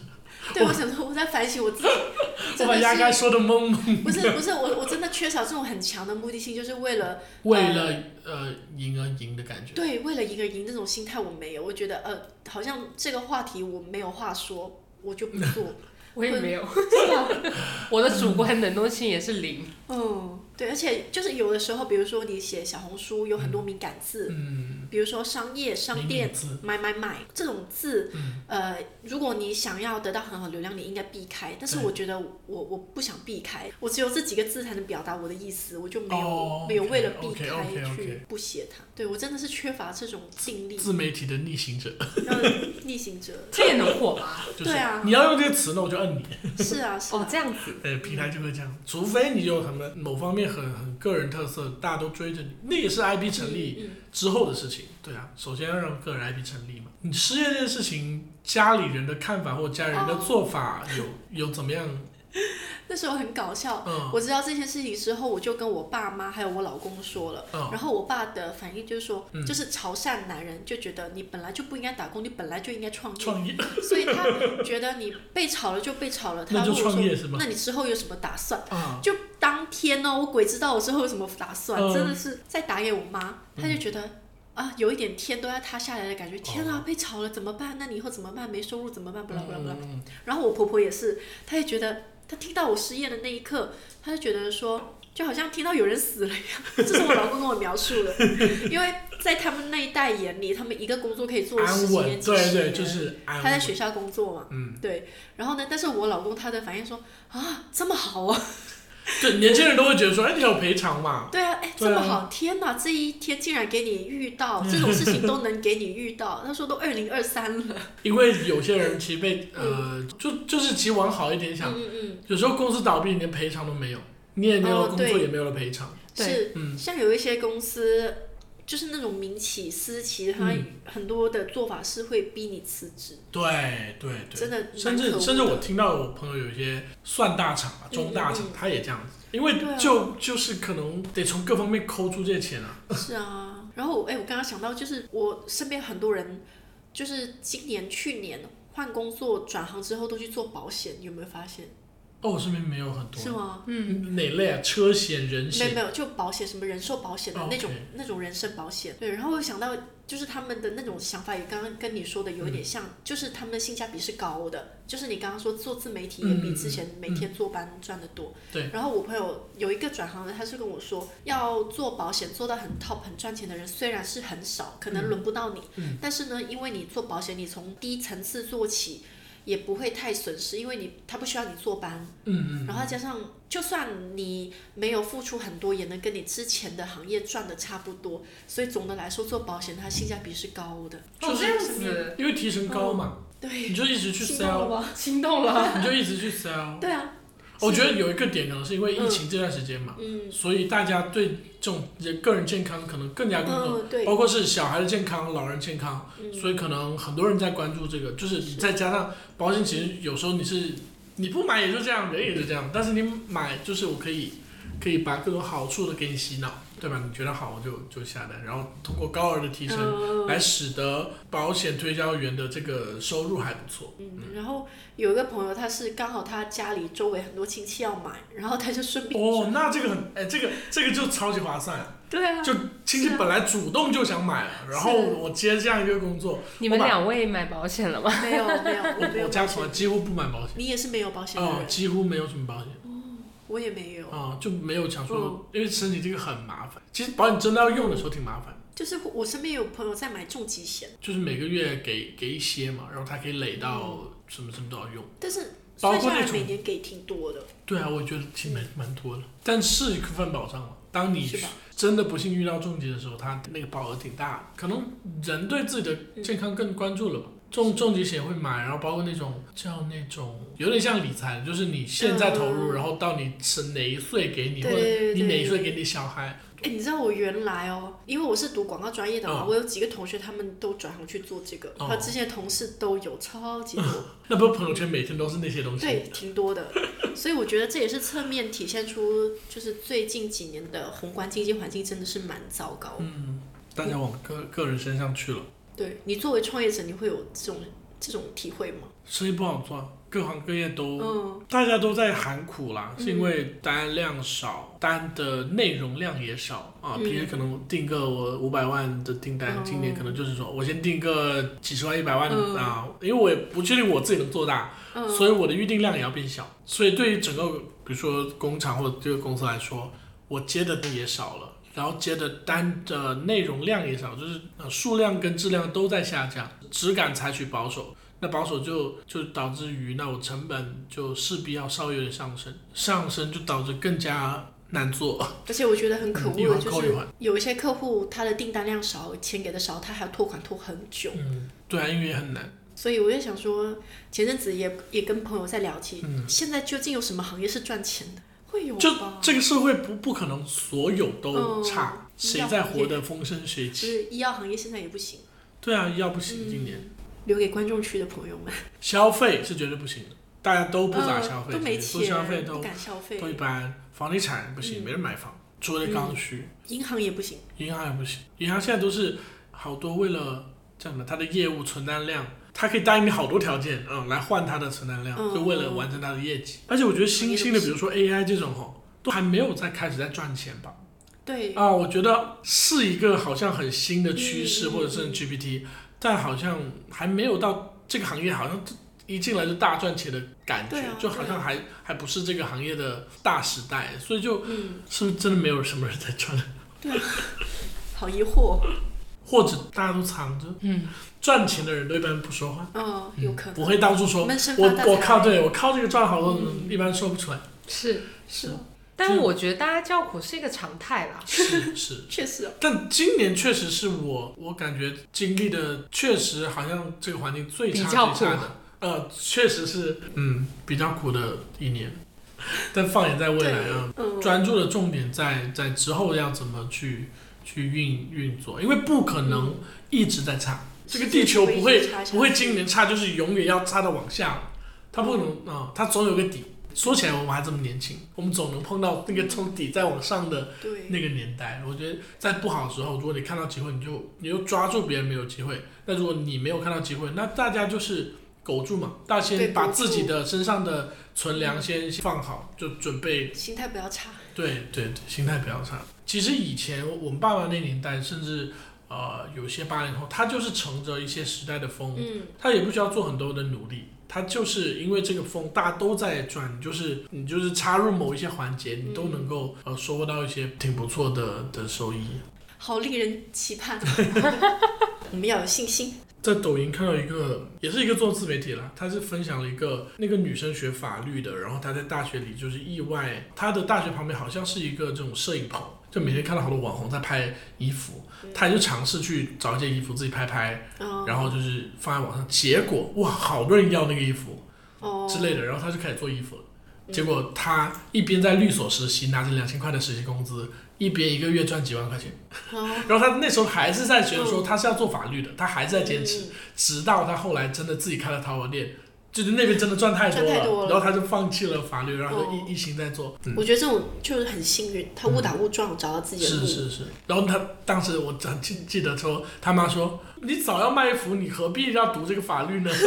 Speaker 3: 对，我想说我在反省我自己 真
Speaker 1: 把鸭该
Speaker 3: 的是
Speaker 1: 说的懵懵，
Speaker 3: 不是不是我我真的缺少这种很强的目的性，就是为了
Speaker 1: 为了呃赢而赢的感觉。
Speaker 3: 对为了一个赢那种心态我没有，我觉得呃好像这个话题我没有话说，我就不做，
Speaker 2: 我也没 有，我的主观能动性也是零。
Speaker 3: 嗯，对，而且就是有的时候，比如说你写小红书有很多敏感字，
Speaker 1: 嗯，
Speaker 3: 比如说商业、商
Speaker 1: 敏嗯
Speaker 3: 店
Speaker 1: 感字、
Speaker 3: 买买买这种字，呃，如果你想要得到很好流量，你应该避开。但是
Speaker 1: 对
Speaker 3: 我觉得我我不想避开，我只有这几个字才能表达我的意思，我就没有、
Speaker 1: 哦
Speaker 3: 没有
Speaker 1: OK，
Speaker 3: 为了避
Speaker 1: OK，OK，OK
Speaker 3: 开去不写它。对我真的是缺乏这种定力，
Speaker 1: 嗯自媒体的逆行者，
Speaker 3: 让逆行者。
Speaker 2: 这也能火吧？
Speaker 1: 就是
Speaker 3: 对啊
Speaker 1: 你要用这个词，那我就摁你。
Speaker 3: 是啊，是
Speaker 2: 哦
Speaker 3: 啊，，
Speaker 2: 这样子，
Speaker 1: 呃，平台就会这样，除非你有什么某方面很很个人特色，大家都追着你，那也是 IP 成立
Speaker 3: 嗯
Speaker 1: 之后的事情。对啊，首先要让个人 IP 成立嘛。你失业这件嗯事情，家里人的看法或家人的做法有、有怎么样？
Speaker 3: 嗯那时候很搞笑。
Speaker 1: 嗯
Speaker 3: 我知道这件事情之后，我就跟我爸妈还有我老公说了，
Speaker 1: 嗯
Speaker 3: 然后我爸的反应就是说，
Speaker 1: 嗯
Speaker 3: 就是潮汕男人就觉得你本来就不应该打工，你本来就应该创业，
Speaker 1: 创嗯业，
Speaker 3: 所以他觉得你被炒了就被炒了，
Speaker 1: 那
Speaker 3: 他
Speaker 1: 就
Speaker 3: 如果
Speaker 1: 创
Speaker 3: 说
Speaker 1: 业是吗？
Speaker 3: 那你之后有什么打算？
Speaker 1: 啊，
Speaker 3: 就当天哦，我鬼知道我之后有什么打算，
Speaker 1: 嗯
Speaker 3: 真的是再打给我妈，她就觉得、啊，有一点天都要塌下来的感觉，天啊，被炒了怎么办？那你以后怎么办？没收入怎么办？不啦不啦不啦。
Speaker 1: 哦嗯
Speaker 3: 然后我婆婆也是，她也觉得，她听到我失业的那一刻，她就觉得说。就好像听到有人死了一样， 这是我老公跟我描述的，因为在他们那一代眼里，他们一个工作可以做十
Speaker 1: 安
Speaker 3: 几
Speaker 1: 稳，
Speaker 3: 年、几十
Speaker 1: 对
Speaker 3: 年，
Speaker 1: 对，就是安
Speaker 3: 他在
Speaker 1: 稳。
Speaker 3: 学校工作嘛，
Speaker 1: 嗯，
Speaker 3: 对。然后呢，但是我老公他的反应说啊，这么好啊，
Speaker 1: 对，年轻人都会觉得说，哎，你有赔偿嘛？
Speaker 3: 对啊，哎，这
Speaker 1: 对啊
Speaker 3: 么好，天哪！这一天竟然给你遇 到这种事情都能给你遇到，他说都二零二三了，
Speaker 1: 因为有些人其实被呃，就就是其实往好一点想，
Speaker 3: 嗯嗯，
Speaker 1: 有时候公司倒闭，你连赔偿都没有，你也没有
Speaker 3: 哦
Speaker 1: 工作，
Speaker 3: 对
Speaker 1: 也没有了赔
Speaker 3: 哦
Speaker 1: 偿。
Speaker 2: 对
Speaker 3: 是
Speaker 1: 嗯
Speaker 3: 像有一些公司，就是那种民企、私企，它
Speaker 1: 嗯
Speaker 3: 很多的做法是会逼你辞职，
Speaker 1: 对对对，
Speaker 3: 真的蛮
Speaker 1: 甚
Speaker 3: 可恶
Speaker 1: 至
Speaker 3: 的
Speaker 1: 甚至我听到我朋友有一些算大厂啊、中大厂
Speaker 3: 嗯嗯，
Speaker 1: 他也这样子，因为
Speaker 3: 对啊
Speaker 1: 就就是可能得从各方面抠出这些钱啊。
Speaker 3: 是啊。然后哎，我刚刚想到，就是我身边很多人，就是今年、去年换工作转行之后都去做保险，你有没有发现？
Speaker 1: 哦，我身边没有很多
Speaker 3: 是吗？
Speaker 2: 嗯，
Speaker 1: 哪类啊，车险、人
Speaker 3: 没有
Speaker 1: 险，
Speaker 3: 没有，就保险什么人寿保险的那种
Speaker 1: OK
Speaker 3: 那种人身保险。对，然后我想到就是他们的那种想法，也刚刚跟你说的有
Speaker 1: 嗯
Speaker 3: 一点像，就是他们的性价比是高的，就是你刚刚说做自媒体也
Speaker 1: 嗯
Speaker 3: 比
Speaker 1: 嗯
Speaker 3: 之前每天坐班赚得多。
Speaker 1: 对
Speaker 3: 然后我朋友有一个转行的，他是跟我说，要做保险做到很 top 很赚钱的人，虽然是很少，可能轮不到你，
Speaker 1: 嗯
Speaker 3: 但是呢，因为你做保险，你从低层次做起。也不会太损失，因为你他不需要你坐班，
Speaker 1: 嗯嗯，
Speaker 3: 然后加上，就算你没有付出很多，也能跟你之前的行业赚的差不多，所以总的来说，做保险它性价比是高的。
Speaker 2: 哦
Speaker 1: 就
Speaker 2: 这
Speaker 1: 是
Speaker 2: 样子，
Speaker 1: 因为提成高嘛，
Speaker 3: 哦对，
Speaker 1: 你就一直去
Speaker 3: 心动了
Speaker 1: sell，
Speaker 3: 吧？
Speaker 2: 心动 了，
Speaker 1: 你就一直去 sell。
Speaker 3: 对啊，
Speaker 1: 我觉得有一个点可能是因为疫情这段时间嘛，
Speaker 3: 嗯
Speaker 1: 所以大家对这种人个人健康可能更加关注，
Speaker 3: 嗯，对，嗯
Speaker 1: 包括是小孩的健康、老人健康，所以可能很多人在关注这个。就是你再加上保险，其实有时候你是你不买也就这样，人也就这样，但是你买就是我可以可以把各种好处都给你洗脑，对吧？你觉得好我就就下单，然后通过高额的提成
Speaker 3: 嗯
Speaker 1: 来使得保险推销员的这个收入还不错。
Speaker 3: 嗯，然后有一个朋友，他是刚好他家里周围很多亲戚要买，然后他就顺便
Speaker 1: 哦，那这个很哎，这个这个就超级划算。
Speaker 3: 对 啊，
Speaker 1: 就亲戚本来主动就想买了，然后我接这样一个工 作，
Speaker 2: 你们
Speaker 1: 我把
Speaker 2: 两位买保险了吗？
Speaker 3: 没有没有，我没
Speaker 1: 我
Speaker 3: 有
Speaker 1: 我家
Speaker 3: 保
Speaker 1: 从来
Speaker 3: 险，
Speaker 1: 几乎不买保险，
Speaker 3: 你也是没有保险的
Speaker 1: 哦，
Speaker 3: 人，
Speaker 1: 几乎没有什么保险
Speaker 3: 我也没有，嗯
Speaker 1: 啊、就没有想说，因为身体这个很麻烦。其实保险真的要用的时候挺麻烦，
Speaker 3: 就是我身边有朋友在买重疾险，
Speaker 1: 就是每个月给给一些嘛，然后它可以累到
Speaker 3: 嗯
Speaker 1: 什么什么都要用。
Speaker 3: 但是
Speaker 1: 包括
Speaker 3: 算下
Speaker 1: 那
Speaker 3: 来
Speaker 1: 种
Speaker 3: 每年给挺多的。
Speaker 1: 对啊，我觉得挺蛮蛮多的，但是一个份保障嘛。当你
Speaker 3: 嗯是吧
Speaker 1: 真的不幸遇到重疾的时候，它那个保额挺大的，可能人对自己的健康更关注了吧。重重疾险会买，然后包括那种叫那种有点像理财，就是你现在投入，
Speaker 3: 嗯
Speaker 1: 然后到你是哪一岁给你，或
Speaker 3: 对
Speaker 1: 者
Speaker 3: 对对
Speaker 1: 你哪一岁
Speaker 3: 对
Speaker 1: 给你小孩，
Speaker 3: 哎、你知道我原来哦，因为我是读广告专业的嘛，
Speaker 1: 嗯
Speaker 3: 我有几个同学他们都转行去做这个，
Speaker 1: 哦
Speaker 3: 还有之前的同事都有超级多，
Speaker 1: 那不是朋友圈每天都是那些东西。
Speaker 3: 对，挺多的。所以我觉得这也是侧面体现出，就是最近几年的宏观经济环境真的是蛮糟糕的。
Speaker 1: 嗯，大家往个个人身上去了，
Speaker 3: 对你作为创业者，你会有这种这种体会吗？
Speaker 1: 生意不好做，各行各业都
Speaker 3: 嗯，
Speaker 1: 大家都在喊苦啦，是因为单量少，单的内容量也少啊。
Speaker 3: 嗯
Speaker 1: 平时可能定个我五百万的订单，
Speaker 3: 哦
Speaker 1: 今年可能就是说我先定个几十万、一百万、
Speaker 3: 嗯
Speaker 1: 啊，因为我也不确定我自己能做大，
Speaker 3: 嗯
Speaker 1: 所以我的预定量也要变小。所以对于整个比如说工厂或者这个公司来说，我接的也少了。然后接的单的内容量也少，就是呃数量跟质量都在下降，只敢采取保守。那保守就就导致于那我成本就势必要稍微有点上升，上升就导致更加难做。
Speaker 3: 而且我觉得很可恶
Speaker 1: 嗯 一
Speaker 3: 的
Speaker 1: 环
Speaker 3: 就
Speaker 1: 扣一
Speaker 3: 是
Speaker 1: 环，
Speaker 3: 有一些客户他的订单量少，钱给的少，他还要拖款拖很久。
Speaker 1: 嗯，对啊，因为也很难。
Speaker 3: 所以我就想说，前阵子也也跟朋友在聊起，
Speaker 1: 嗯
Speaker 3: 现在究竟有什么行业是赚钱的？会有
Speaker 1: 就
Speaker 3: 吧？
Speaker 1: 这个社会不不可能所有都
Speaker 3: 嗯
Speaker 1: 差，谁
Speaker 3: 要
Speaker 1: 在
Speaker 3: 不
Speaker 1: 活
Speaker 3: 也
Speaker 1: 得风生水
Speaker 3: 就
Speaker 1: 起？
Speaker 3: 是嗯医药行业现在也不行，
Speaker 1: 对啊，要不行今年、
Speaker 3: 留给观众区的朋友们。
Speaker 1: 消费是绝对不行的。大家都不咋
Speaker 3: 嗯
Speaker 1: 消费，
Speaker 3: 都没
Speaker 1: 其实都消费
Speaker 3: 钱，
Speaker 1: 都
Speaker 3: 不敢嗯消费
Speaker 1: 都，一般，房地产不行，没人买房，除了
Speaker 3: 嗯
Speaker 1: 刚需，
Speaker 3: 银行也不行。
Speaker 1: 银行也不行，银行现在都是好多为了叫什么，它的业务存单量，它可以答应你好多条件，嗯，来换它的存单量，
Speaker 3: 嗯
Speaker 1: 就为了完成它的业绩。而且我觉得新兴的，比如说 AI 这种吼，都还没有在开始在赚钱吧？
Speaker 3: 对，
Speaker 1: 啊，我觉得是一个好像很新的趋势，
Speaker 3: 嗯嗯
Speaker 1: 或者是 GPT，但好像还没有到这个行业，好像一进来就大赚钱的感觉，
Speaker 3: 对啊
Speaker 1: 就好
Speaker 3: 对
Speaker 1: 像
Speaker 3: 啊
Speaker 1: 还还不是这个行业的大时代，所以就
Speaker 3: 嗯，
Speaker 1: 是不是真的没有什么人在赚，
Speaker 3: 好疑惑，
Speaker 1: 或者大家都藏着，
Speaker 2: 嗯，
Speaker 1: 赚钱的人都一般不说话，
Speaker 3: 嗯，有可能
Speaker 1: 不会到处说，
Speaker 3: 闷声
Speaker 1: 我
Speaker 3: 发大财
Speaker 1: 我靠，对我靠这个赚好多，一般说不出来，
Speaker 2: 是，
Speaker 3: 嗯是哦，
Speaker 2: 但我觉得大家叫苦是一个常态啦。
Speaker 1: 是是。
Speaker 3: 确实哦，
Speaker 1: 但今年确实是我，我感觉经历的确实好像这个环境最差
Speaker 2: 比较苦
Speaker 1: 最差的，呃，确实是嗯比较苦的一年。但放眼在未来啊，
Speaker 3: 嗯，
Speaker 1: 专注的重点在在之后要怎么去去运运作，因为不可
Speaker 3: 嗯
Speaker 1: 能一直在差，这个地球不
Speaker 3: 世
Speaker 1: 会
Speaker 3: 界一直差下去
Speaker 1: 不会今年差，就是永远要差到往下，它不可能啊、它总有个底。说起来我们还这么年轻，我们总能碰到那个从底再往上的
Speaker 3: 对，
Speaker 1: 那个年代，我觉得在不好的时候，如果你看到机会，你就你就抓住别人没有机会。那如果你没有看到机会，那大家就是苟住嘛，大家
Speaker 3: 对
Speaker 1: 先
Speaker 3: 苟住
Speaker 1: 把自己的身上的存粮先放好，就准备。
Speaker 3: 心态不要差，
Speaker 1: 对对对，心态不要差。其实以前我们爸爸那年代，甚至呃有些八零后，他就是乘着一些时代的风，
Speaker 3: 嗯，
Speaker 1: 他也不需要做很多的努力，他就是因为这个风大家都在转，就是你就是插入某一些环节，你都能够呃收获到一些挺不错的的收益。
Speaker 3: 好令人期 盼，我们要有信心，
Speaker 1: 在抖音看到一个，也是一个做自媒体啦，他是分享了一个那个女生学法律的，然后她在大学里就是意外，她的大学旁边好像是一个这种摄影棚，就每天看到好多网红在拍衣服，她就尝试去找一件衣服自己拍拍，
Speaker 3: 嗯，
Speaker 1: 然后就是放在网上，结果哇，好多人要那个衣服，
Speaker 3: 哦，嗯
Speaker 1: 之类的，然后他就开始做衣服了。结果他一边在律所实习，拿着两千块的实习工资，一边一个月赚几万块钱。
Speaker 3: 哦，
Speaker 1: 然后他那时候还是在觉得说
Speaker 3: 嗯
Speaker 1: 他是要做法律的，他还是在坚持，直到他后来真的自己开了淘宝店，就是那边真的赚太多
Speaker 3: 赚太
Speaker 1: 了，
Speaker 3: 多了
Speaker 1: 然后他就放弃了法律，然后就
Speaker 3: 哦
Speaker 1: 一一心在做。嗯
Speaker 3: 嗯，我觉得这种就是很幸运，他误打误撞找到自己的
Speaker 1: 是
Speaker 3: 路，
Speaker 1: 是是，然后他当时我很记记得说，他妈说你早要卖衣服，你何必要读这个法律呢？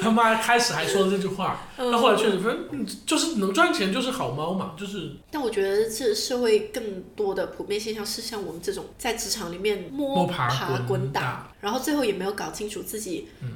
Speaker 1: 他妈开始还说了这句话，
Speaker 3: 嗯
Speaker 1: 那后来确实分，嗯就是能赚钱就是好猫嘛，就是
Speaker 3: 嗯但我觉得这社会更多的普遍现象是像我们这种在职场里面摸
Speaker 1: 摸爬滚
Speaker 3: 滚
Speaker 1: 打，嗯
Speaker 3: 然后最后也没有搞清楚自己、啊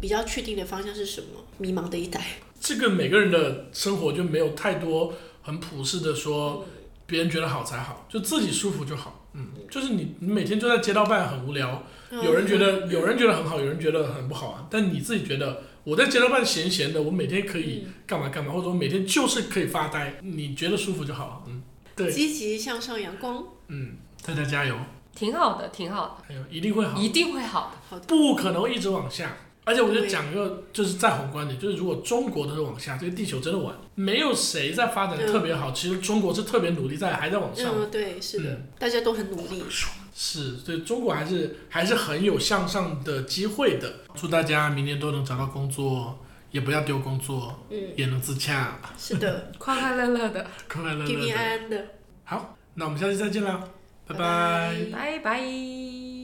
Speaker 3: 比较确定的方向是什么，迷茫的一代。
Speaker 1: 这个每个人的生活就没有太多很普世的说，
Speaker 3: 嗯
Speaker 1: 别人觉得好才好，就自己舒服就好。嗯，就是你你每天就在街道办很无聊，
Speaker 3: 嗯
Speaker 1: 有人觉得有人觉得很好，有人觉得很不好啊，但你自己觉得。我在街道办闲闲的，我每天可以
Speaker 3: 嗯
Speaker 1: 干嘛干嘛，或者我每天就是可以发呆，你觉得舒服就好了。嗯，对，
Speaker 3: 积极向上、阳光，
Speaker 1: 嗯，大家加油，
Speaker 2: 挺好的，挺好
Speaker 1: 还有一定会好
Speaker 2: 的，。一定会好的。
Speaker 1: 不可能一直往下。而且我就
Speaker 3: 对
Speaker 1: 讲一个，就是再宏观点，就是如果中国都是往下，这个地球真的完，没有谁在发展得
Speaker 3: 嗯
Speaker 1: 特别好。其实中国是特别努力在，还在往上，
Speaker 3: 嗯，对，是的，大家都很努力。
Speaker 1: 是对中国还是还是很有向上的机会的。祝大家明年都能找到工作，也不要丢工作，
Speaker 3: 嗯，
Speaker 1: 也能自洽，
Speaker 3: 是的，
Speaker 2: 快快乐乐的，
Speaker 1: 快快乐
Speaker 3: 平
Speaker 1: 乐
Speaker 3: 平安
Speaker 1: 的。
Speaker 3: 安的。
Speaker 1: 好，那我们下期再见啦，拜
Speaker 3: 拜拜
Speaker 1: 拜
Speaker 2: 拜拜。